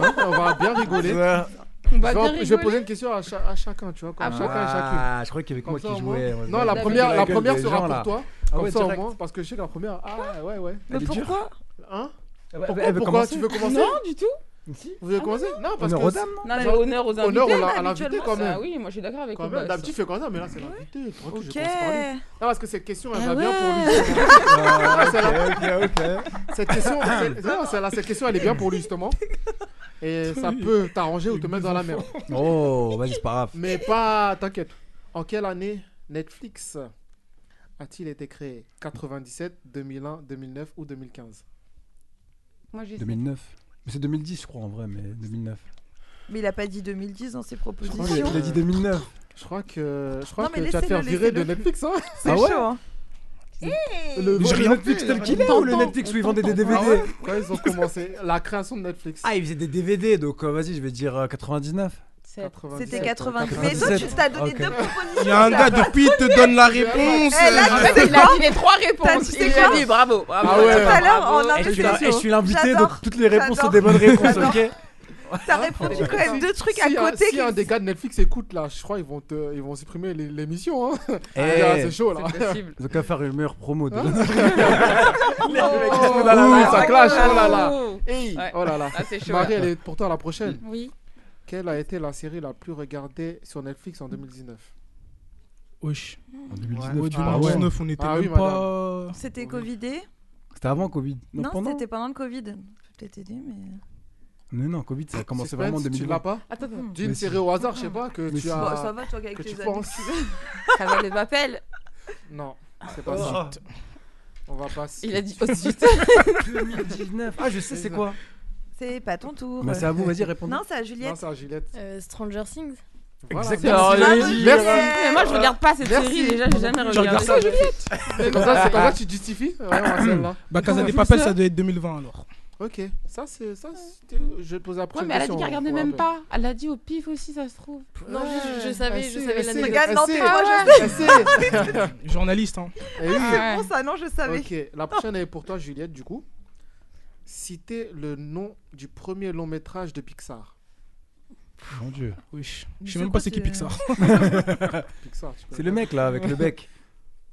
Hein, on va bien rigoler. Je vais, Ouais. On va bien en- je vais rigoler. poser une question à, cha- à chacun, tu vois, comme Ah bon chacun et chacune. Ah, je crois qu'il y avait que Comme moi ça, au qui moins. jouais. ouais. Non, la Vous avez première, vu la gueule première des sera gens, pour là. toi. Ah Comme ouais, ça direct. au moins, parce que je sais que la première. Ah ouais, ouais. Mais Elle est dure. pourquoi Hein Elle va- Pourquoi, elle va pourquoi commencer. Tu veux commencer Non, du tout. Vous voulez commencer Non, On parce est que. aux dames, Ah, non Non, mais Genre- honneur aux invités. Honneur on l'a- à mais l'invité habituellement, quand Ah même. oui, moi je suis d'accord avec Quand vous. même, d'habitude, tu fais comme ça, mais là, c'est l'invité. Tranquille, je Ok. commence par lui. Non, parce que cette question, elle va Ah bien pour lui. ouais. justement. Ah, Ouais, c'est la- ok, ok, ok. Cette question, c'est- non, celle-là, cette question, elle est bien pour lui, justement. Et ça peut t'arranger ou te mettre dans la merde. Oh, vas-y, c'est pas grave. Mais pas, t'inquiète. En quelle année Netflix a-t-il été créé 97, 2001, 2009 ou 2015 Moi je sais. 2009. Mais c'est 2010, je crois, en vrai, mais 2009. Mais il a pas dit 2010 dans ses Je crois qu'il propositions. a dit 2009. Je crois que, je crois Non, mais que tu vas te laissez-le, faire virer de laissez-le. Netflix, hein C'est Ah ouais chaud. hein. Le, j'ai le rien Netflix fait. tel qu'il est ou le Netflix où ils vendaient des DVD Ah ouais Quand ils ont commencé la création de Netflix. Ah, ils faisaient des DVD, donc euh, vas-y, je vais dire euh, 99. Sept. 97, C'était 90. Mais toi, 97. tu t'as donné Ok. deux propositions. Il y a un là. gars depuis, il te donne la réponse. Eh, là, euh, En fait, il a dit les trois réponses. tu sais Il quoi a dit bravo. bravo. Ah ouais. Tout à l'heure, Bravo. en Et je suis, impression, et je suis l'invité, J'adore. donc toutes les réponses sont J'adore. des Ah bonnes réponses, J'adore. ok t'as répondu quand même deux trucs à si un- côté. Si un des gars de Netflix écoute là, je crois ils vont te, ils vont supprimer l'é- l'émission. Hein. Eh. Ah, c'est chaud là. C'est possible. Ils ont qu'à faire une meilleure promo déjà. Oh, là, là, ça là. clash, oh là là. Hey, Ouais. Oh là là. Ah, c'est chaud. Marie, là. elle est pourtant la prochaine. Oui. Quelle a été la série la plus regardée sur Netflix en 2019 Wesh. En Ouais, 2019, tu Ah ouais. 2019, on était Ah oui, même pas. C'était Oui. Covidé C'était avant Covid. Non, Non, pendant. c'était pendant le Covid. Je peux peut-être aider, mais. Non, non, Covid, ça a commencé Suspense, vraiment en Tu l'as 2020. pas Attends, attends. Dis une Mais si. série au hasard, je sais pas, que Mais tu si. as. Hmm. Bon, Bah, ça va, toi, avec que tu tes amis. penses. Ça va les appels. Non, c'est pas ça. Ah, On va passer. Il a dit aussi. 2019. Ah, je sais, c'est quoi C'est pas ton tour. Bah, c'est à vous, vas-y, répondez. Non, c'est à Non, Juliette. c'est à Gillette. Euh, Stranger Things. Voilà. Exactement. Merci. Allez, Bravo, merci. Juliette. Mais moi je regarde pas cette Merci. série déjà, j'ai jamais regardé. regardes ça, Comme ça, c'est- comme ça, tu justifies Ouais, on va celle-là. Bah, Casa des Papel, ça doit être 2020 alors. Ok, ça c'est. ça c'était- Je vais te poser après. Ouais, une mais elle a dit question, hein, qu'elle regardait on pourra même un peu. pas. Elle a dit au pif aussi, ça se trouve. Ah, Non, je- je, je savais, je savais la l'année. Regarde, non, t'es- moi, Journaliste, hein. C'est bon, ça, ah non, je savais. Ok, la prochaine elle est pour toi, Juliette, du coup. Citez le nom du premier long métrage de Pixar. Mon dieu. Wesh. Mais Je c'est sais même quoi, pas c'est qui c'est- Pixar. Pixar, tu connais C'est le mec là, avec le bec.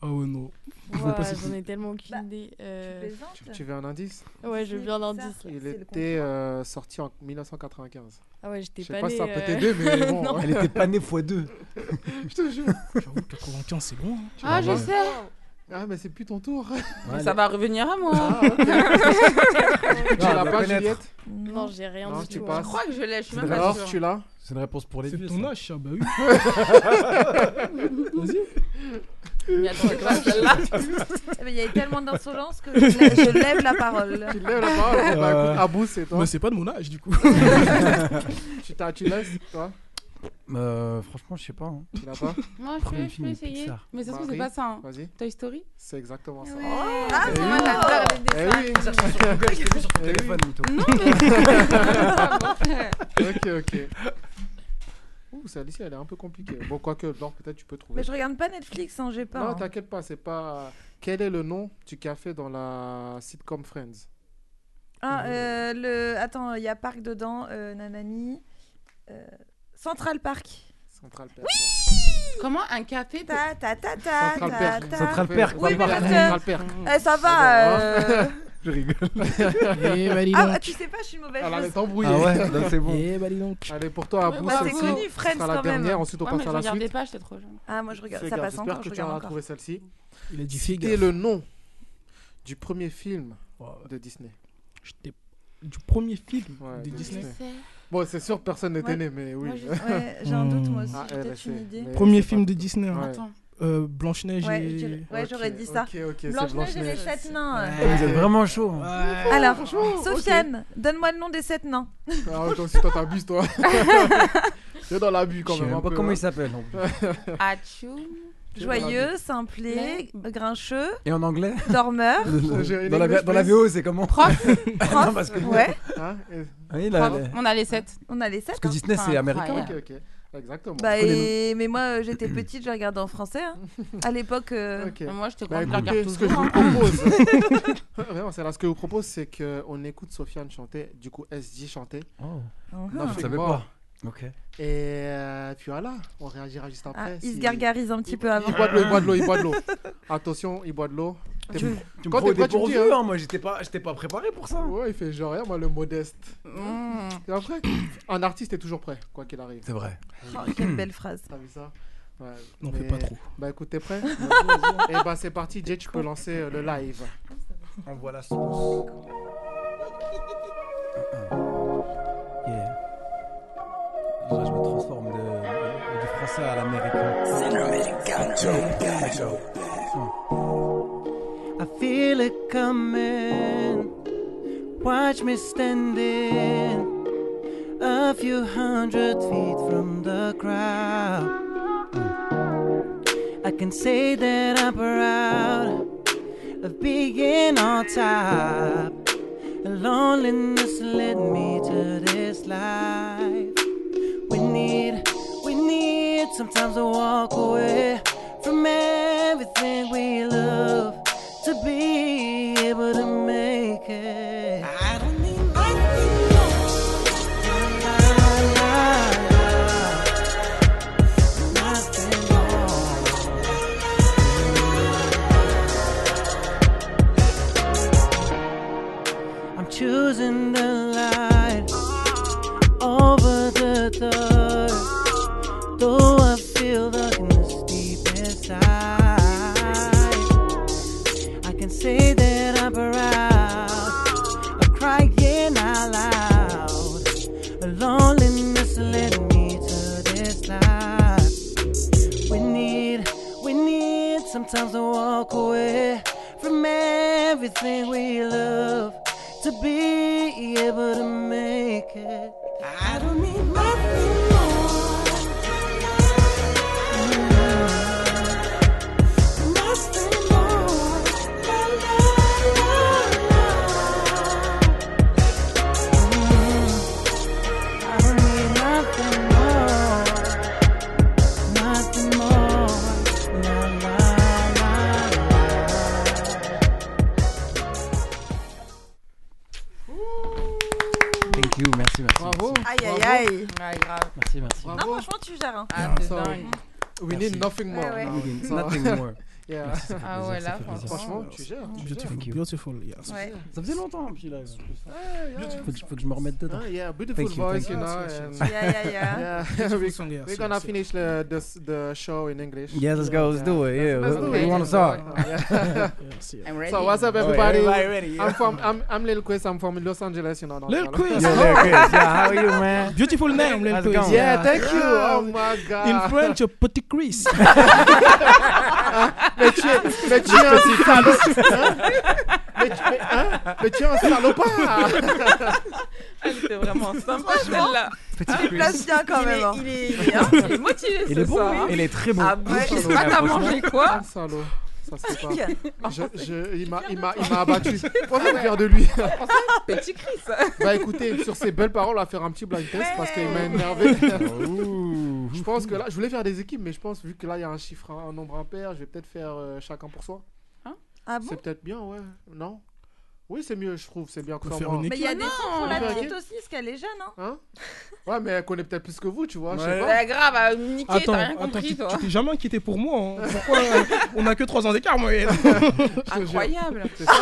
Ah ouais, non. Ouah, J'en ai tellement aucune Bah, idée. Tu Euh, plaisantes Tu, tu veux un indice Ouais, je veux bien Bizarre. l'indice. Il C'est le était euh, sorti en 1995. Ah ouais, j'étais Je pas sais pas si ça née, peut euh, t'aider, mais bon. Elle était pas née x2. Je te jure. J'avoue, 95, c'est loin. hein. Ah, je Ah, sais. Ah, mais c'est plus ton tour. Mais ça va revenir à moi. hein. Ah, ok. tu Non, l'as on pas, va Juliette Non, j'ai rien Non, du tu tout. hein. passes. Je crois que je l'ai, je suis C'est même une pas réponse, sûre. tu l'as C'est une réponse pour les C'est vieux. ton ça. âge, ah bah oui. Vas-y. Mais attends, c'est pas celle-là. Eh ben, Il y a eu tellement d'insolence que je lève, je lève la parole. Tu lèves la parole. Bah Euh. écoute, Abou, c'est toi. Mais c'est pas de mon âge du coup. Tu, t'as- tu laisses, toi Euh, franchement, je sais pas. hein. Tu l'as pas Moi, je Premier peux, je film peux de essayer. Pixar. Mais ça se trouve, Marie. c'est pas ça. hein. Vas-y. Toy Story C'est exactement ça. Ah, c'est moi, j'adore les Eh dessins. oui. Eh Ton téléphone, mytho. Non, mais. Ok, ok. Ouh, celle-ci, elle est un peu compliquée. Bon, quoique, Laure, peut-être tu peux trouver. Mais je regarde pas Netflix, hein, j'ai peur. Non, hein. t'inquiète pas, c'est pas. Quel est le nom du café dans la sitcom Friends Ah, euh, le... Attends, il y a Park dedans, euh, nanani. Euh, Central Park. Central Perk. Comment un café t'as- Ta ta ta ta Central ta Perk. ta. Central Perk, Oui, mais parce que- Central Perk. Mm. Eh, ça va. Ah euh. Je rigole. Eh bah dis Ah, donc. tu sais pas, je suis mauvaise. Elle chose. allait t'embrouiller. Ah ouais, non, c'est bon. Eh bah dis donc. Allez, pour toi, Abou, Ouais, bah, c'est c'est tout. connu, Ce Friends, sera la quand même. dernière, ensuite on Ouais, mais passe je à la regardais suite. pas, j'étais trop jeune. Ah, moi je regarde, Fais ça gaffe, passe J'espère encore, que je tu en as regarde encore. trouvé celle-ci. Il a dit Quel figure. est le nom du premier film de Disney Du premier film Ouais, de de Je Disney. sais. Bon, c'est sûr, personne n'était Ouais. né, mais oui. Moi, je sais. Ouais, j'ai un doute moi aussi, Ah, j'ai elle, peut-être c'est- une idée. mais Premier c'est film pas- de Disney. hein. Ouais. Attends. Euh, Blanche-Neige Ouais, et- je dirais- ouais, Ok, j'aurais dit ça. Ok, ok, c'est Blanche-Neige et les Blanche-Neige. sept nains. ouais. Ah, Vous êtes vraiment chaud. hein. Ouais. Alors, franchement, Sofiane, donne-moi le nom des sept nains. Ah, toi aussi, toi, t'abuses, toi. T'es dans l'abus Je quand sais même. même un pas peu, comment hein. il s'appelle. non plus. Atchoum. Joyeux, simplé, grincheux, Et en anglais dormeur. J'ai une Dans la, image, dans la please. VO, c'est comment Ah, Prof. Non, parce que, Ah, Ouais, Hein et- Oui, la- Prof. la- On a les 7. on a les sept. parce que hein. Disney, c'est Enfin, américain. ouais. Ok, ok. Exactement. Bah, Prenez-le. et... Mais moi euh, j'étais petite, je regardais en français. hein. À l'époque, euh, Ok. Moi, je te crois Bah, que je la regarde écoutez, ce que toujours. je vous hein. propose. Vraiment, c'est là ce que je vous propose, c'est qu'on écoute Sofiane chanter, du coup, SJ chanter. Oh, Ah, Non, je c'est savais mort. pas. Ok. Et euh, puis voilà, on réagira juste ah, après. il se si- gargarise un petit peu avant. Il boit de l'eau, il boit de l'eau, il boit de l'eau. Attention, il boit de l'eau. T'es- Tu, tu me Quand prends des t'es prêt, tu me dis, pourvus, hein. Moi, j'étais pas, j'étais pas préparé pour ça. Ouais, il fait genre rien, moi, le modeste. hein. Mmh. Et après, un artiste est toujours prêt, quoi qu'il arrive. C'est vrai. Oh, quelle belle phrase. T'as vu ça Ouais. N'en Mais- fais pas trop. Bah écoute, t'es prêt Et bah c'est parti, Jay, tu peux lancer euh, le live. On voit la sauce. Yeah. Là, je me transforme de, du français à l'américain. I feel it coming. Watch me standing a few hundred feet from the crowd. I can say that I'm proud of being on top. Loneliness led me to this life. We need, Mm. we need sometimes to walk away from everything we love to be able to make it. Ah, I don't need nothing more. Nothing more. I'm choosing the light over the dark. Though I feel darkness deep inside, I can say that I'm proud of crying out loud. Loneliness led me to this life. We need, we need sometimes to walk away from everything we love to be able to make it. I don't need nothing more. Nothing more. La, la, la, la. I don't need nothing more nothing more. La, la, la, la. Thank you, merci, merci. Bravo. Aïe aïe bravo, aïe. Ouais, grave. Ah, Merci, merci. Non, Bravo. franchement, tu gères. hein. Ah, c'est ça, dingue. We need Merci. nothing more. Ouais, ouais. now. Nothing- Ça va. Nothing more. Yeah. Merci, ça fait Ah plaisir, ouais, ça là, fait plaisir. franchement, tu gères, tu gères. Beautiful, Thank you. beautiful. yes. Ouais. Ça faisait longtemps, puis là. euh, yeah. Faut que, je- faut que je me remette dedans. Ah, yeah, beautiful Thank you, voice, thank you you. know. Yes, and- yes, yes. Yeah, we, Beautiful song, yes, we're gonna yes, finish the, the s- the show in English. Yeah, let's go, let's do it, yeah, let's we- do we it. wanna start. Yeah. Ah, Yes, yes. I'm ready. So what's up, Oh, yeah, everybody? everybody ready, I'm yeah. from I'm, I'm Lil Quiz. I'm from Los Angeles, you know. not Lil Colorado. Quiz. Yeah, Lil Quiz. Yeah, how are you, man? Beautiful name, Lil How's it Quiz. going? Yeah, thank you. Oh my God. In French, a Ah. petit Chris. Mais tu es, mais tu es un salaud. Hein? Mais tu- mais- hein? Mais tu es un salopard. Elle était vraiment sympa, Franchement, celle-là. Petit il Chris. place bien quand Il même, est- hein. Il est, il est, hein, il est motivé. Il est bon, ça. hein. Il est très bon. Ah bon, Ouais, je sais salaud. pas, t'as Franchement. mangé quoi Un salaud. Ça c'est pas. Je, je, il m'a, il m'a, il m'a abattu. Franchement, je suis fier de lui. Petit Chris. Bah écoutez, sur ces belles paroles, on va faire un petit blind test parce qu'il m'a énervé. je pense que là, je voulais faire des équipes, mais je pense vu que là il y a un chiffre, hein, un nombre impair, je vais peut-être faire euh, chacun pour soi. Ah bon C'est peut-être bien, ouais. Non Oui, c'est mieux, je trouve. C'est bien peut comme faire moi. une Mais Bah, il y a des trucs pour la Faire une petite équipe aussi, parce qu'elle est jeune, hein. Ouais, mais elle connaît peut-être plus que vous, tu vois. Je sais Ouais. pas. Ouais, grave, à me niquer, Attends, t'as rien attends, compris, tu toi. tu t'es jamais inquiété pour moi. hein. Pourquoi euh, on a que 3 ans d'écart, moi et- Incroyable. C'est ça.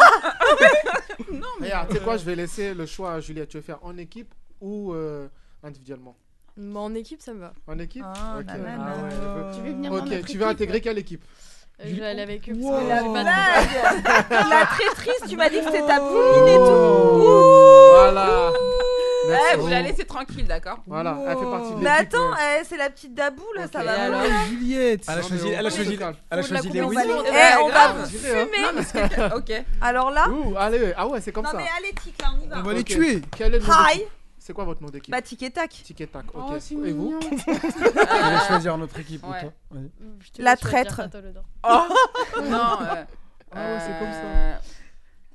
Non, mais- Regarde, tu sais euh, quoi, je vais laisser le choix à Juliette. Tu veux faire en équipe ou euh, individuellement Bah, en équipe, ça me va. En équipe Ah, bah, Ok. nanana. Ah ouais, je Tu veux venir dans Ok, notre tu veux intégrer équipe quelle équipe Euh, je vais aller avec eux. parce Wow. que La j'ai pas de- Ah, blague La traîtrise, tu m'as dit que c'était ta bouline et tout. Voilà. Eh, Merci. vous la laissez tranquille, d'accord Voilà, elle fait partie de l'équipe. Mais attends, euh, eh, c'est la petite Dabou là, ça va alors pas là Juliette. Elle a choisi, elle a choisi, elle a Faut de la choisi les couper en Wii. valise. Eh, Ouais, on va grave, vous je dirais, hein. Non, mais fumer c'est- Ok. Euh, Alors là Ouh, allez, ah ouais, c'est comme Non ça. mais allez, tic là, on y va va les Ok. tuer. Quel est le nom Hi. d'équipe C'est quoi votre nom d'équipe Bah, tic et tac Tic et tac. Ok. Oh, c'est et vous Euh, Je vais choisir notre équipe. Ouais. autant. Vas-y. Je te La laisse choisir, traître. Tato, dedans. Oh Non. euh, Ah ouais, c'est comme ça. euh,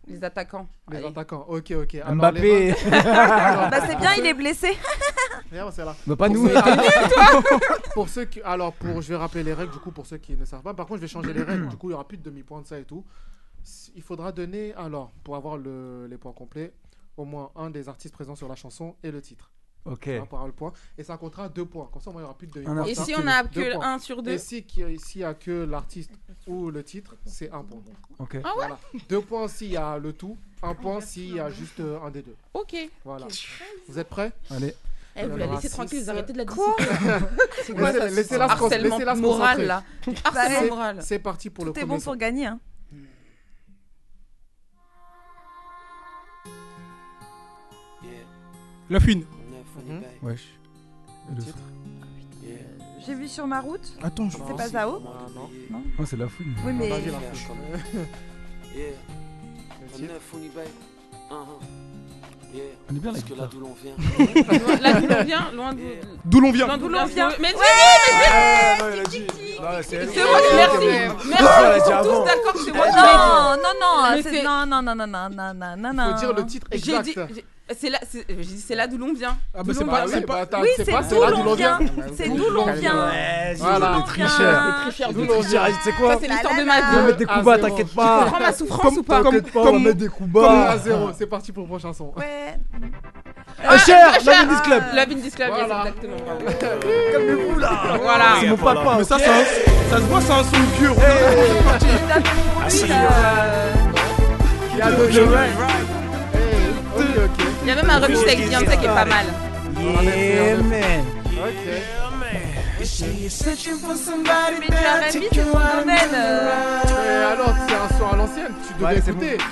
Les attaquants. Les Allez. attaquants. Ok, ok. Ah, Alors, Mbappé. les mains- Bah c'est bien, il est blessé Regarde, c'est là. Bah, pas Pour nous. ceux- T'es Pour ceux qui. Alors, pour... je vais rappeler les règles du coup pour ceux qui ne savent pas. Par contre, je vais changer les règles. Du coup, il n'y aura plus de demi-point de ça et tout. S- Il faudra donner. Alors, pour avoir le... les points complets, au moins un des artistes présents sur la chanson et le titre. Ok. Hein, pour avoir le point. Et ça comptera deux points. Comme ça, au moins, il n'y aura plus de Un demi-point. Et artiste si on a Deux que points. 1 sur 2 Et si qui- s'il n'y a que l'artiste ou le titre, c'est un point. Ok. Ah ouais Voilà. Deux points s'il y a le tout, Ah, un point s'il y a juste euh, un des deux. Ok. Voilà. Vous êtes prêts Allez. Eh, vous la laissez Raciste. tranquille, vous arrêtez de la Quoi discipline. C'est quoi Laissez- ça ce laissez-la se con- harcèlement laissez-la se moral concentrer. là Du Bah, Harcèlement C'est- moral. C'est parti pour le Tout est premier bon son. pour gagner, hein La fouine. Mhm. Wesh. Le titre. J'ai vu sur ma route, Attends, je. c'est pas Zao Ah, non. Oh, c'est la fouine. Oui mais... Eh, Vas-y, la fouine. Le titre. On est bien là. Là d'où l'on vient, loin d'où D'où l'on vient loin d'où l'on l'on vient. vient. Mais C'est c'est moi, merci. Merci, ils sont tous d'accord que c'est moi qui l'ai Non, dit. non, non, Mais c'est- c'est- non, non, non, non, non, non, non, non, non. Faut dire Hein le titre J'ai exact. Ah, dit, j'ai- c'est là, c'est- j'ai dit, c'est là d'où l'on vient. Ah bah D'où c'est l'on- pas, oui, c'est bah, pas. attends, Oui, c'est c'est pas d'où c'est là d'où l'on vient. C'est d'où l'on Calme-toi. vient. Eh, Voilà. tricheur. Tricheur D'où de l'on tricheur. Tu sais Ça quoi c'est Là, l'histoire là, de ma là. On va vie. mettre des Ah, coups bas, c'est bon. t'inquiète Tu pas. comprends ma souffrance ou pas T'inquiète pas, on va Comme- mettre des coups Comme bas. à zéro. C'est parti pour le prochain son. Ouais. Ah, Cher, Usher. la Vindis Club. La Vindis Club, yes, Voilà. exactement. Calmez-vous là. Voilà. C'est mon papa. Mais ça, c'est un- ça se voit, c'est un son vieux. Il a fait pour lui, là. Il y a deux jeux. Hey, Ok, ok. Il y a même un remix avec Beyoncé qui est pas mal. Yeah, man. Ok. Mais tu l'as même mis, c'est son domaine. euh. Mais Eh, alors, c'est un son à l'ancienne. Tu devais Ouais, c'est écouter.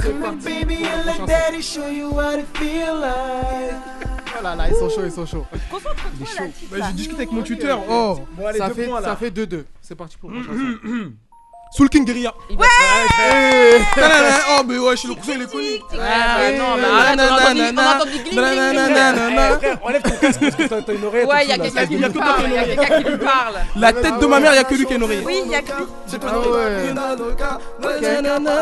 C'est parti pour le prochain son. Oh là là, ils sont chauds, ils sont chauds. Concentre-toi là, titre, Bah, là. J'ai discuté avec mon tuteur. Oh. Bon, allez, ça, deux fait, points ça là. fait 2-2. C'est parti pour le prochain son. Soul King Guerilla. Il va- Eh. Tadadada. Oh, mais ouais, je suis le cousin, il est connu. Ouais, Ah, bah non, Ah mais arrête, on a entendu- on a entendu gling, gling, gling. Eh, Nananana. Enlève ton casque parce que t'as- t'as une oreille. Ouais, il y a attention, là. quelqu'un qui Il y a lui que toi parle. qui Il y a l'aurais. quelqu'un qui lui parle. eh, La ah tête de ma mère, il y a que lui qui est nourri. Oui, il y a que lui. Ah ouais.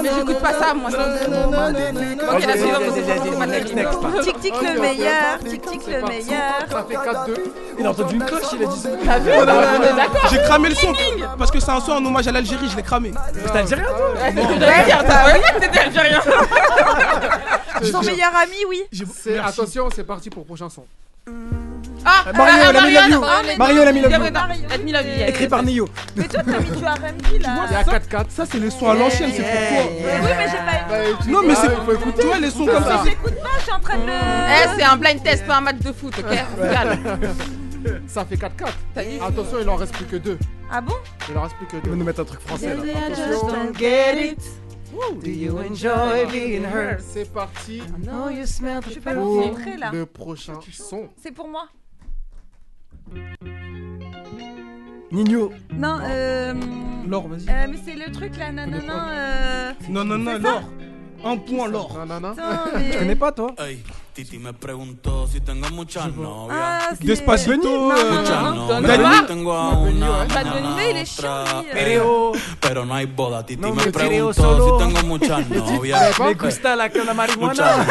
Mais j'écoute pas ça, moi. Ok, la suivante, Vas-y, vas-y, vas-y, c'est pas next, next, ta next. Tic tic le meilleur, tic tic le meilleur. Ça fait 4-2. Il a entendu une cloche, il a dit. T'as Oh vu J'ai cramé le son parce que c'est un son en hommage à l'Algérie, je l'ai cramé. T'as dit rien toi C'est ce que j'allais dire, t'as regardé que t'étais algérien. Son meilleur ami, oui. J'ai- C'est- Merci. Attention, c'est parti pour le prochain son. Mario, Ah, ah, elle a mis Love Marianne, You. ah, mais Mario, elle a mis non, Love You. Gabriel, elle a mis Love You. Écrit par Nio. Mais toi, t'as mis du RMD là. Il y a 4-4, ça c'est le son à l'ancienne, c'est pour Eh. toi. Oui, mais j'ai pas eu. Non, mais c'est pour écouter. Toi, les sons comme ça. c'est- J'écoute pas, je suis en train de le. Eh, c'est un blind test, pas un match de foot, ok On se calme. Ça fait 4-4. Attention, il en reste plus que 2. Ah bon Il en reste plus que 2. Il va nous mettre un truc français là. Baby, I Attention. just don't get it. Do you enjoy being hurt? Ah, C'est parti. No, you smell the pas pour perfume. concentrer, là. le prochain son. C'est pour moi. Nino. Non, euh. Laure, vas-y. euh, mais c'est le truc là, non, non, non. euh, Non, non, non, c'est ça Laure. Un point, Laure. Tu connais pas, toi Ey, Titi me preguntó si tengo muchas novias. Ah, c'est- Despacito, No, Ah, euh, no, Chano. no, Don no, pero Omar. tengo a una, Bad mañana a Bunny, il est chiant, otra. lui. Pero, pero no hay boda. Titi No me me creo preguntó solo. si tengo muchas novias. Me gusta la, la marihuana.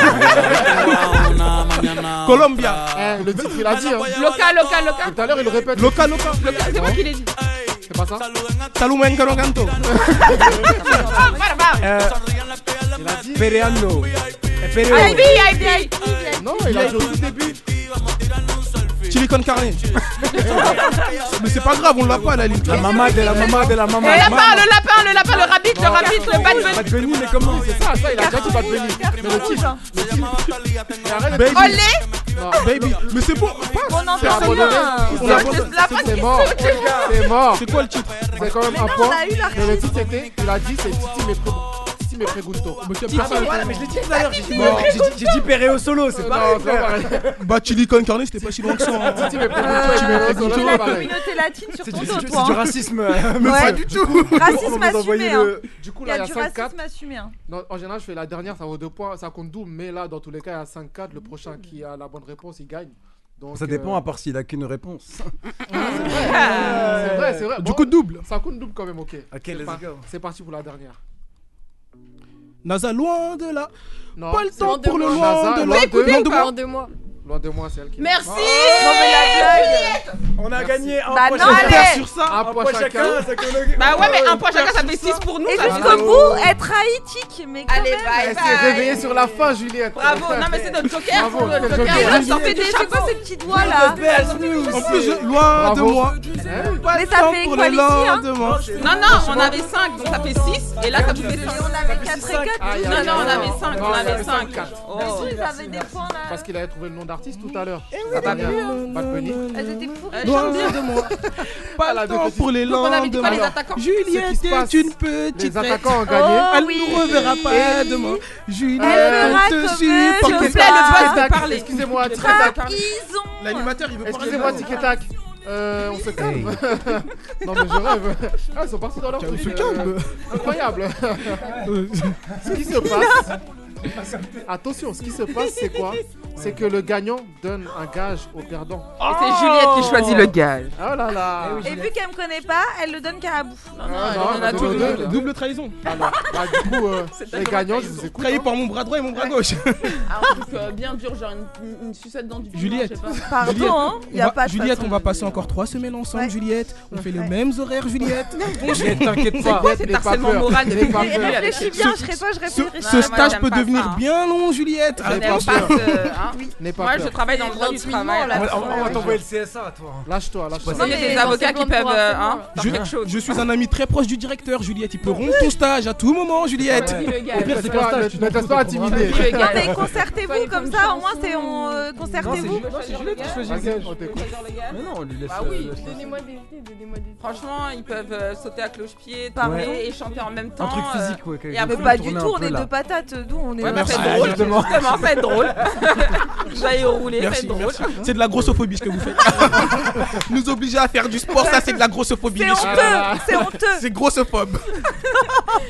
Colombia. Eh, le titre, il a dit. Hein. Loca, loca, loca. Tout à l'heure, il le répète. Loca, loca. Loca, c'est moi qui l'ai dit. Ah, C'est pas ça Salomé Ngaloganto. Ah, voilà, bah. Euh, Pereando. Eh, Pereo. IB, IB. Non, il a dit au tout début. Chili con carne. Mais c'est pas grave, on l'a pas la ligne. La maman de la maman de la Et maman. le lapin, le lapin, le lapin, le rabbit, le rabbit, le bad bunny. Bad Bunny, mais comment C'est ça, ça, il a déjà dit pas de Benny. Mais le titre. Baby. Olé Non, Baby. Mais c'est bon. On en c'est parle abandonné. On l'a C'est la fin C'est qui mort. saute, tu vois. C'est mort. C'est quoi le titre C'est quand même un non, on point. a eu l'artiste. Mais le titre, c'était. Il a dit, c'est Titi me pre- Titi me pregunto. Mais tu as Ah, pas bah, ça. voilà, mais je l'ai dit tout à l'heure. J'ai dit, j'ai dit- j'ai dit Pereo solo, c'est pas Non, c'est pas pareil. Bah, chili con carne, c'était pas si loin que ça. hein. Titi me Euh, pregunto. Tu tu mets me la pregunto. communauté latine sur C'est ton du, dos, c'est du- toi. c'est du hein. racisme. euh, mais Ouais. pas du tout. Racisme On va vous envoyer assumé, le- Du coup, Il y là, a il du y a 5-4. racisme assumé. hein. Non, en général, je fais la dernière, ça vaut 2 points, ça compte double. Mais là, dans tous les cas, il y a 5-4. Le prochain qui a la bonne réponse, il gagne. Donc, Ça euh, dépend à part s'il a qu'une réponse. C'est vrai, c'est vrai. Du Bon, coup, double. ça compte double quand même, ok. Ok, C'est let's par- go. C'est parti pour la dernière. NASA loin de là. Non, Pas le c'est temps loin de pour le moi. loin NASA, de loin là. de- Loin de Pendant moi. deux mois. Loin de moi, c'est elle qui Merci Non, mais la blague. On a gagné un Bah point non, chacun. allez. Sur ça. Un Un point chacun. ça colloque- Bah ouais, mais un Euh, point chacun, ça perso- fait 6 pour nous. Et ça fait jusqu'au cinq. bout, être haïtique, mais quand Allez, même. bye. Elle s'est réveillée sur la fin, Juliette. Bravo, non mais c'est notre joker. Bravo, Le notre joker, joker. il sortait Mais des C'est quoi chapeaux. ces petits doigts là En plus, je- loin de Bravo. moi. Eh, Pas Mais de ça temps fait pour le equality, loin hein. de moi. Non, non, on avait 5, donc ça fait 6. Et là, ça vous fait 5. Et on avait 4 et 4. aïe, Non, aïe, non, on aïe. avait 5, Non, on ça avait fait 5. cinq, quatre. Tous, ils avaient des points là. Parce qu'il avait trouvé le nom d'artiste tout à l'heure. Ça va bien. Bad Bunny. Elles étaient Euh, pourries. Loin de moi. Elle Pas a le temps deux pour les Donc on loin avait de dit quoi, les moi. attaquants Ce qui Juliette se passe, est une petite Les bête. attaquants ont Oh. gagné. Elle Ah oui. nous reverra pas demain. Juliette fera te comme supporte. elle Qu'est-ce veut. qu'elle- le boss Tic-tac, veut parler. Excusez-moi, Tic-Tac. Trahison. L'animateur, il veut parler. Excusez-moi, Tic-Tac. Euh, on se calme. non, mais je rêve. Ah, ils sont partis dans leur On se truc, calme. Ah euh, Incroyable. ce qui se passe. Attention, ce qui se passe, c'est quoi C'est que le gagnant donne un gage au perdant. Et c'est Juliette qui choisit le gage. Oh là Ah Eh là Et vu qu'elle me connaît pas, elle le donne qu'à bout. Ah, elle non, en a non, tous non, les non, Double, non. double trahison. Alors, bah, du coup, euh, les gagnants, je vous écoute. Trahi par mon bras droit et mon bras gauche. Ah, un truc euh, bien dur, genre une, une- une sucette dans du boulot, Juliette. je sais pas. Juliette, Pardon, il on y a va- pas de Juliette, façon. on va passer encore 3 semaines ensemble, Ouais. Juliette. On fait les Ouais. mêmes horaires, Juliette. Ne t'inquiète pas. quoi cet n'aie pas harcèlement peur, moral n'aie depuis pas le début peur. avec Réfléchis bien, je serais pas, Ce, je réfléchirais. ce moi, stage j'aime peut pas devenir ça, hein. bien long, Juliette. Je Arrête n'aime pas. pas ce. hein. N'aie pas Moi, je peur. travaille dans le droit du Gratuitement, travail. là. On va- on va t'envoyer le CSA, toi. Lâche-toi, lâche-toi. Sinon, il y a des avocats qui peuvent euh, hein, faire Je, quelque chose. je suis un ami très proche du directeur, Juliette. Il peut rompre ton stage à tout moment, Juliette. Dis le gage. Au pire, c'est qu'un stage. tu Ne t'en te fous, pas on comprendra. intimider. Dis le Non gage. mais concertez-vous comme ça, au moins c'est on euh, concertez-vous. Non, c'est Juliette qui choisit le Vas-y, gage. on t'écoute. Mais non, on lui laisse. Bah euh, oui, laisse- Donnez-moi des idées, donnez-moi des idées. Franchement, ils peuvent euh, sauter à cloche-pied, parler Ouais. et chanter en même temps. Un truc euh, physique, ouais. et un Mais peu pas du tout, on tourner un est peu, là. deux patates, d'où on est. Ouais, bah, Ouais, ça va être drôle. justement. Justement, ça va être drôle. J'allais rouler, ça va Merci, être drôle. merci. C'est de la grossophobie ce que vous faites. Nous obliger à faire du sport, ça c'est de la grossophobie. C'est les filles. honteux, c'est honteux. C'est grossophobe.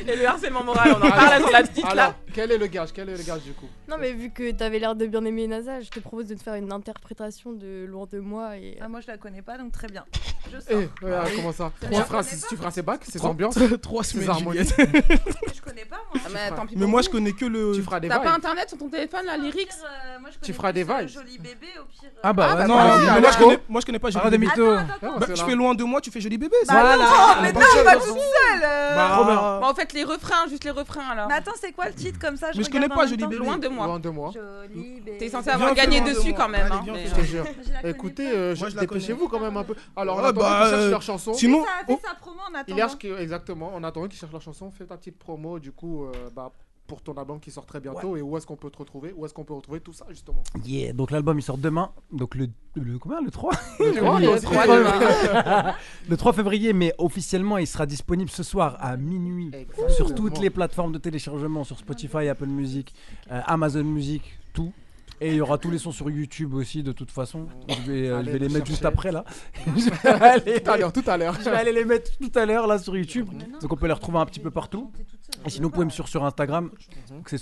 Et le harcèlement moral, on en parle sur la petite Alors, là. quel est le gage Quel est le gage du coup Non, mais vu que t'avais l'air de bien aimer NASA, je te propose de te faire une interprétation de Loin de moi et. euh, Ah, moi je la connais pas donc très bien. Je Eh, sors. Ah ouais, comment ça tu feras, tu feras ses bacs, ses ambiances Trois Ces semaines, harmonies. Juliette. connais pas, moi. mais tant pis. Mais moi, je connais que le. Tu feras T'as pas Ah, internet sur ton téléphone là, lyrics Tu feras des vibes. Joli bébé, au pire. Ah bah, bah, non, voilà. non, Voilà. moi, je connais, moi je connais pas Joli Arrête de Bébé. mytho. Attends, attends. Bah, je fais loin de moi, tu fais Joli Bébé. c'est- Bah non, Voilà. mais non, Bah, pas toute seule. euh. Bah, Robert. Bah, en fait, les refrains, juste les refrains alors. Mais attends, c'est quoi le titre comme ça Mais je connais regarde pas en Joli même Bébé. temps. Loin de moi. Loin de moi. T'es censé avoir gagné dessus quand même. hein, mais- Je te jure. Écoutez, euh, je- dépêchez-vous quand même un peu. Alors, on Ouais, attend bah, qu'ils cherchent euh, leur chanson. sinon- oh, Ça a fait sa promo en Il attendant. y hein. a ce qui- exactement, en attendant qu'ils cherchent leur chanson, fais ta petite promo du coup euh, bah, pour ton album qui sort très bientôt et où est-ce qu'on peut te retrouver, où est-ce qu'on peut retrouver tout ça justement. Yeah, donc l'album il sort demain, donc le, le combien Le 3 Le J'ai 3, oublié. le 3 demain. Le 3 février, mais officiellement il sera disponible ce soir à minuit sur toutes les plateformes de téléchargement, sur Spotify, Apple Music, euh, Amazon Music, tout. Et il y aura tous les sons sur YouTube aussi de toute façon. Je vais, euh, je Allez vais les nous mettre juste chercher. après là. Je vais aller- Tout à l'heure, tout à l'heure. Je vais aller les mettre tout à l'heure là sur YouTube. Donc on peut les retrouver un petit peu partout. Et sinon, vous pouvez me suivre sur Instagram. Donc, C'est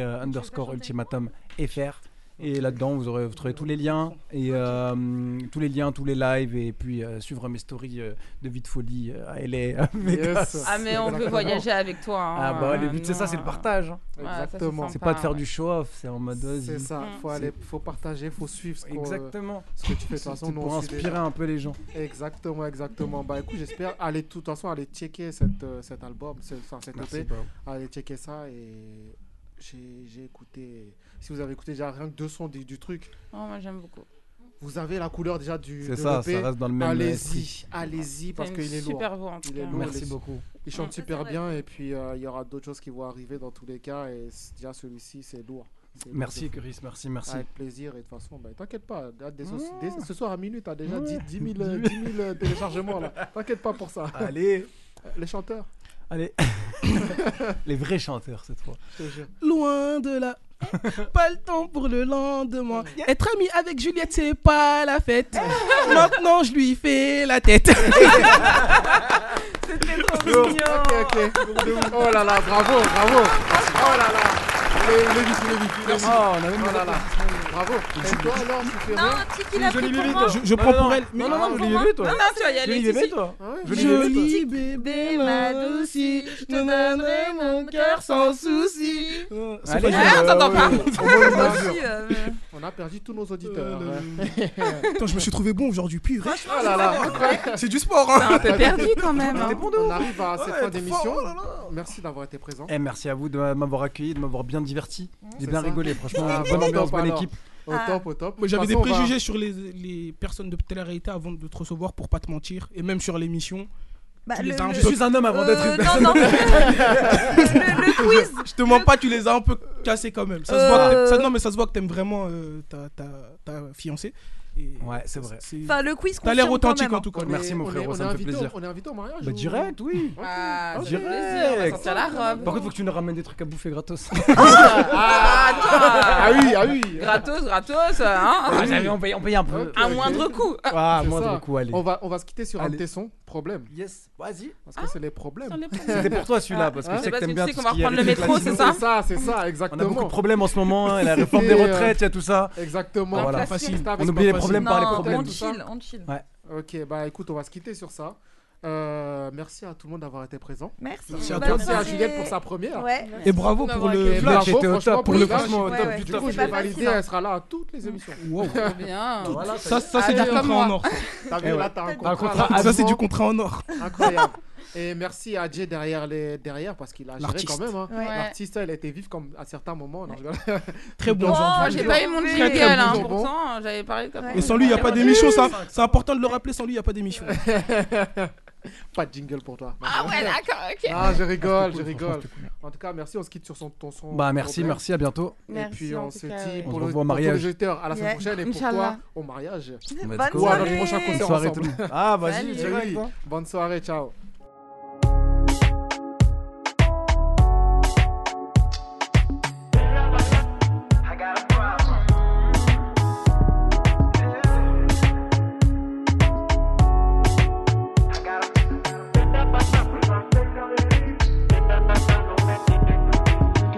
Sofiane-underscore ultimatum FR. Et là-dedans, vous, aurez, vous trouverez tous les liens, et euh, tous les liens, tous les lives, et puis euh, suivre mes stories euh, de vie de folie euh, à LA. à Vegas. Ah, mais on veut voyager avec toi. hein. Ah bah ouais, le Euh, but c'est ça, non, c'est le euh, partage. hein. ouais, ça, c'est C'est sympa, Mm. pas de faire ouais. du show-off, c'est en mode. C'est vas-y. ça, faut C'est- aller, faut partager, faut suivre ce qu'on- Exactement. ce que tu fais de toute C'est façon. nous, pour on suit inspirer déjà. un peu les gens. Exactement, exactement. Bah écoute, j'espère aller tout de toute façon aller checker cette, euh, cet album, ce- enfin, cet E Merci, EP, bro. aller checker ça et j'ai j'ai écouté. Si vous avez écouté déjà rien que deux sons du, du truc, Oh, moi j'aime beaucoup. vous avez la couleur déjà du. C'est de ça, l'EP. ça reste dans le même Allez-y, esprit. allez-y parce une qu'il est lourd. super voix, en tout Il est cas. lourd, Merci allez-y. beaucoup. Il Mm. chante Ça, super bien et puis euh, il y aura d'autres choses qui vont arriver dans tous les cas et c- déjà celui-ci c'est lourd. C'est lourd Merci, de fou. Chris, merci, merci. Avec plaisir et de toute façon, bah, t'inquiète pas, dès- dès ce, Mmh. dès ce soir à minuit, t'as déjà Ouais. 10, 10 000, euh, 10 000, euh, téléchargements là. T'inquiète pas pour ça. Allez. Les chanteurs. Allez. les vrais chanteurs cette fois. Je te jure. Loin de là. Pas le temps pour le lendemain. Être ami avec Juliette, c'est pas la fête. Maintenant, je lui fais la tête. Ok, ok. Oh là là, bravo, bravo. Oh là là. Les, les bisous, les bisous. Merci. Oh, on avait mis là la là. Bravo. Et toi alors, tu fais Non, un petit qu'il a pris pour moi. toi. Je- je prends pour elle. Mais Non, non, Ah, non, Ah, joli bébé, toi. Non, non, tu vas y aller, Joli bébé, Titi. toi. Ah Joli bébé, toi. Joli bébé, ma douce, je te donnerai mon cœur sans souci. C'est Allez, pas euh, on t'entend pas. On a perdu tous nos auditeurs. Attends, je me suis trouvé bon aujourd'hui, purée. Oh là là. C'est du sport, hein. T'es perdu quand même. hein. On arrive à cette Ouais, fin t'es d'émission. fort, oh Merci d'avoir été présent. Eh, merci à vous de m'avoir accueilli, de m'avoir bien diverti. J'ai C'est bien ça. rigolé, franchement. euh, Ah, bonne bah, ambiance, top, bonne alors. équipe. Au top, au top. Moi, j'avais des De toute façon, on va- préjugés sur les, les personnes de télé-réalité avant de te recevoir, pour pas te mentir, et même sur l'émission. Bah, Tu les le- as un le- peu- Je suis un homme avant d'être Euh, une non, personne. non. Le le quiz. Je te mens pas, tu les as un peu cassés quand même. Ça se voit que- Euh. ça- non, mais ça se voit que t'aimes vraiment euh, ta, ta, ta fiancée. Et Ouais, c'est vrai. Enfin, le quiz T'as l'air confirme quand authentique même, hein. en tout cas. on est- Merci, mon on est- frérot, on ça est me fait invité au- plaisir. On est invité au mariage. Bah, ou- direct, oui. Ah, ça fait Direct. plaisir, on va sortir la robe. Par contre, faut que tu nous ramènes des trucs à bouffer gratos. Ah, Ah attends. oui, ah oui. Gratos, gratos, hein. J'avais- on, paye, on paye un peu. Un moindre coût. Ah, C'est moindre ça. coût, allez. On va, on va se quitter sur un Allez. de tes sons, problème. Yes, vas-y. Parce que c'est les problèmes. C'était pour toi celui-là, parce que hein je sais que Parce que t'aimes tu bien. sais tout qu'on ce va qui est reprendre le rythme métro, latino. c'est ça C'est ça, c'est On ça, a beaucoup de exactement. problèmes en ce moment, hein, la réforme des C'était, euh, retraites, il y a tout ça. Exactement. Voilà. Facile. C'était avec On oublie les Papa problèmes par les Non, on problèmes. chill, on chill. Ok, bah écoute, on va se quitter sur ça. Euh, merci à tout le monde d'avoir été présent. Merci. Merci à bonne toi. Merci à soirée. Juliette pour sa première. Ouais. Et bravo pour le Et Là, flash. bravo, Euh, j'étais au franchement, top, pour le flash. franchement, au Ouais, top ouais. du Du top. coup, C'est je pas l'ai validé, facile, hein. elle sera là à toutes les émissions. Wow. Trop bien. Voilà, ça y Ça, est. ça c'est Ah, du comme contrat en moi. or. T'as vu, Eh ouais. là, t'as un T'as un Ah, contrat. contrat Ça, c'est du avant. contrat en or. Incroyable. Et merci à Jay derrière, les... derrière parce qu'il a géré quand L'artiste. même. hein. Ouais. L'artiste, elle était vive comme à certains moments. Non, je rigole. Très bon Oh, Moi, aujourd'hui. j'ai pas eu mon Très, jingle, très bon hein, jambon. pourtant. J'avais parlé comme Ouais. Et sans lui, il n'y a pas Ouais. d'émission. ça. C'est important de le rappeler. Sans lui, il n'y a pas d'émission. Pas de jingle pour toi. Ah ouais, d'accord, ok. Ah, je rigole, C'était je cool, rigole. franchement, ben, c'était cool. En tout cas, merci, on se quitte sur son, ton son. Bah, merci, problème. merci, à bientôt. Et puis on en tout se cas, dit ouais. On pour se le revoit au pour tous mariage. les auditeurs à la semaine Yeah. prochaine et pour toi Inch'allah. au mariage. Let's Bonne go. Ou alors le soirée. prochain concert Soirée tout ensemble. le monde. Ah, vas-y, Salut. direct. hein. Bonne soirée, ciao.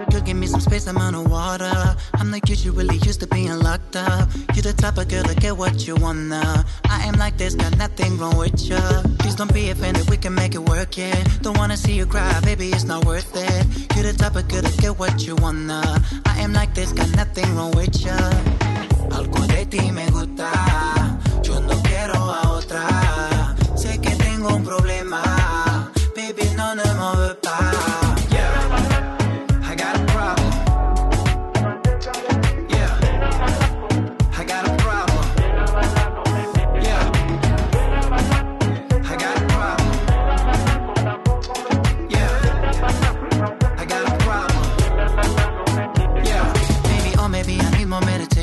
Just give me some space, I'm on a water. I'm the kid you really used to being locked up. You the type of girl to get what you wanna. I am like this, got nothing wrong with ya. Please don't be offended, we can make it work, yeah. Don't wanna see you cry, baby, it's not worth it. You the type of girl to get what you wanna. I am like this, got nothing wrong with ya. Algo de ti me gusta, yo no quiero a otra. Sé que tengo un problema, baby, no me mueve pa. Yeah, I got a problem. I got a problem. Yeah. I got a problem. Yeah. I got a problem. Yeah. Maybe, oh, maybe I need more meditation.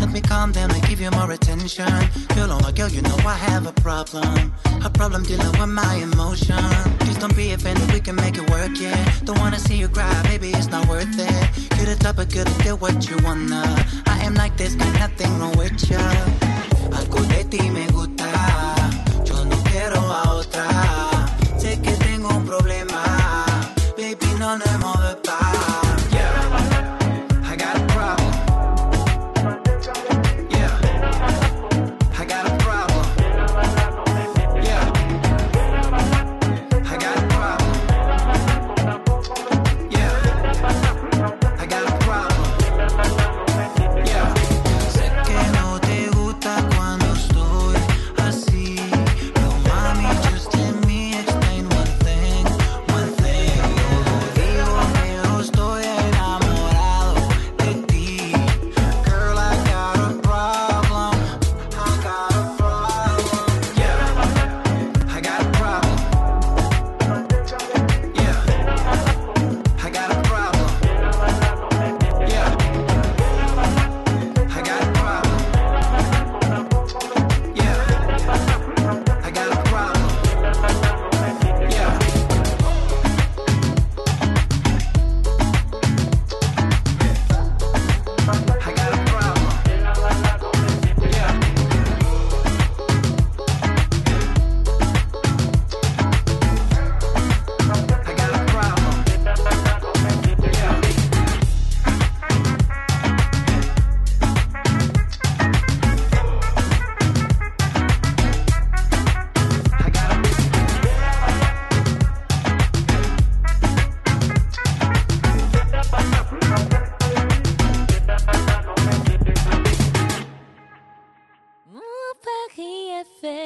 Let me calm down and give you more attention. Girl, oh my girl, you know I have a problem. A problem dealing with my emotion. Please don't be offended, we can make it work, yeah. Don't wanna see you cry, baby, it's not worth it. You're the type of girl to get what you wanna. I am like this, got nothing wrong with ya. Algo de ti me gusta. Yo no quiero a otra. Sé que tengo un problema. Baby, no me mueve pa. Yeah. I got a problem. I got a problem. Yeah. I got a problem. Yeah. I got a problem. Yeah. Sé que no te gusta cuando estoy así. No mami, just let me explain one thing, one thing. No lo digo, pero estoy enamorado de ti. Girl, I got a problem. I got a problem. Yeah. I got a problem. Yeah. I got a problem. Yeah. I got a problem. Yeah. I got a problem. Yeah. I got a problem. Yeah. I got a problem. Yeah. Paris FM.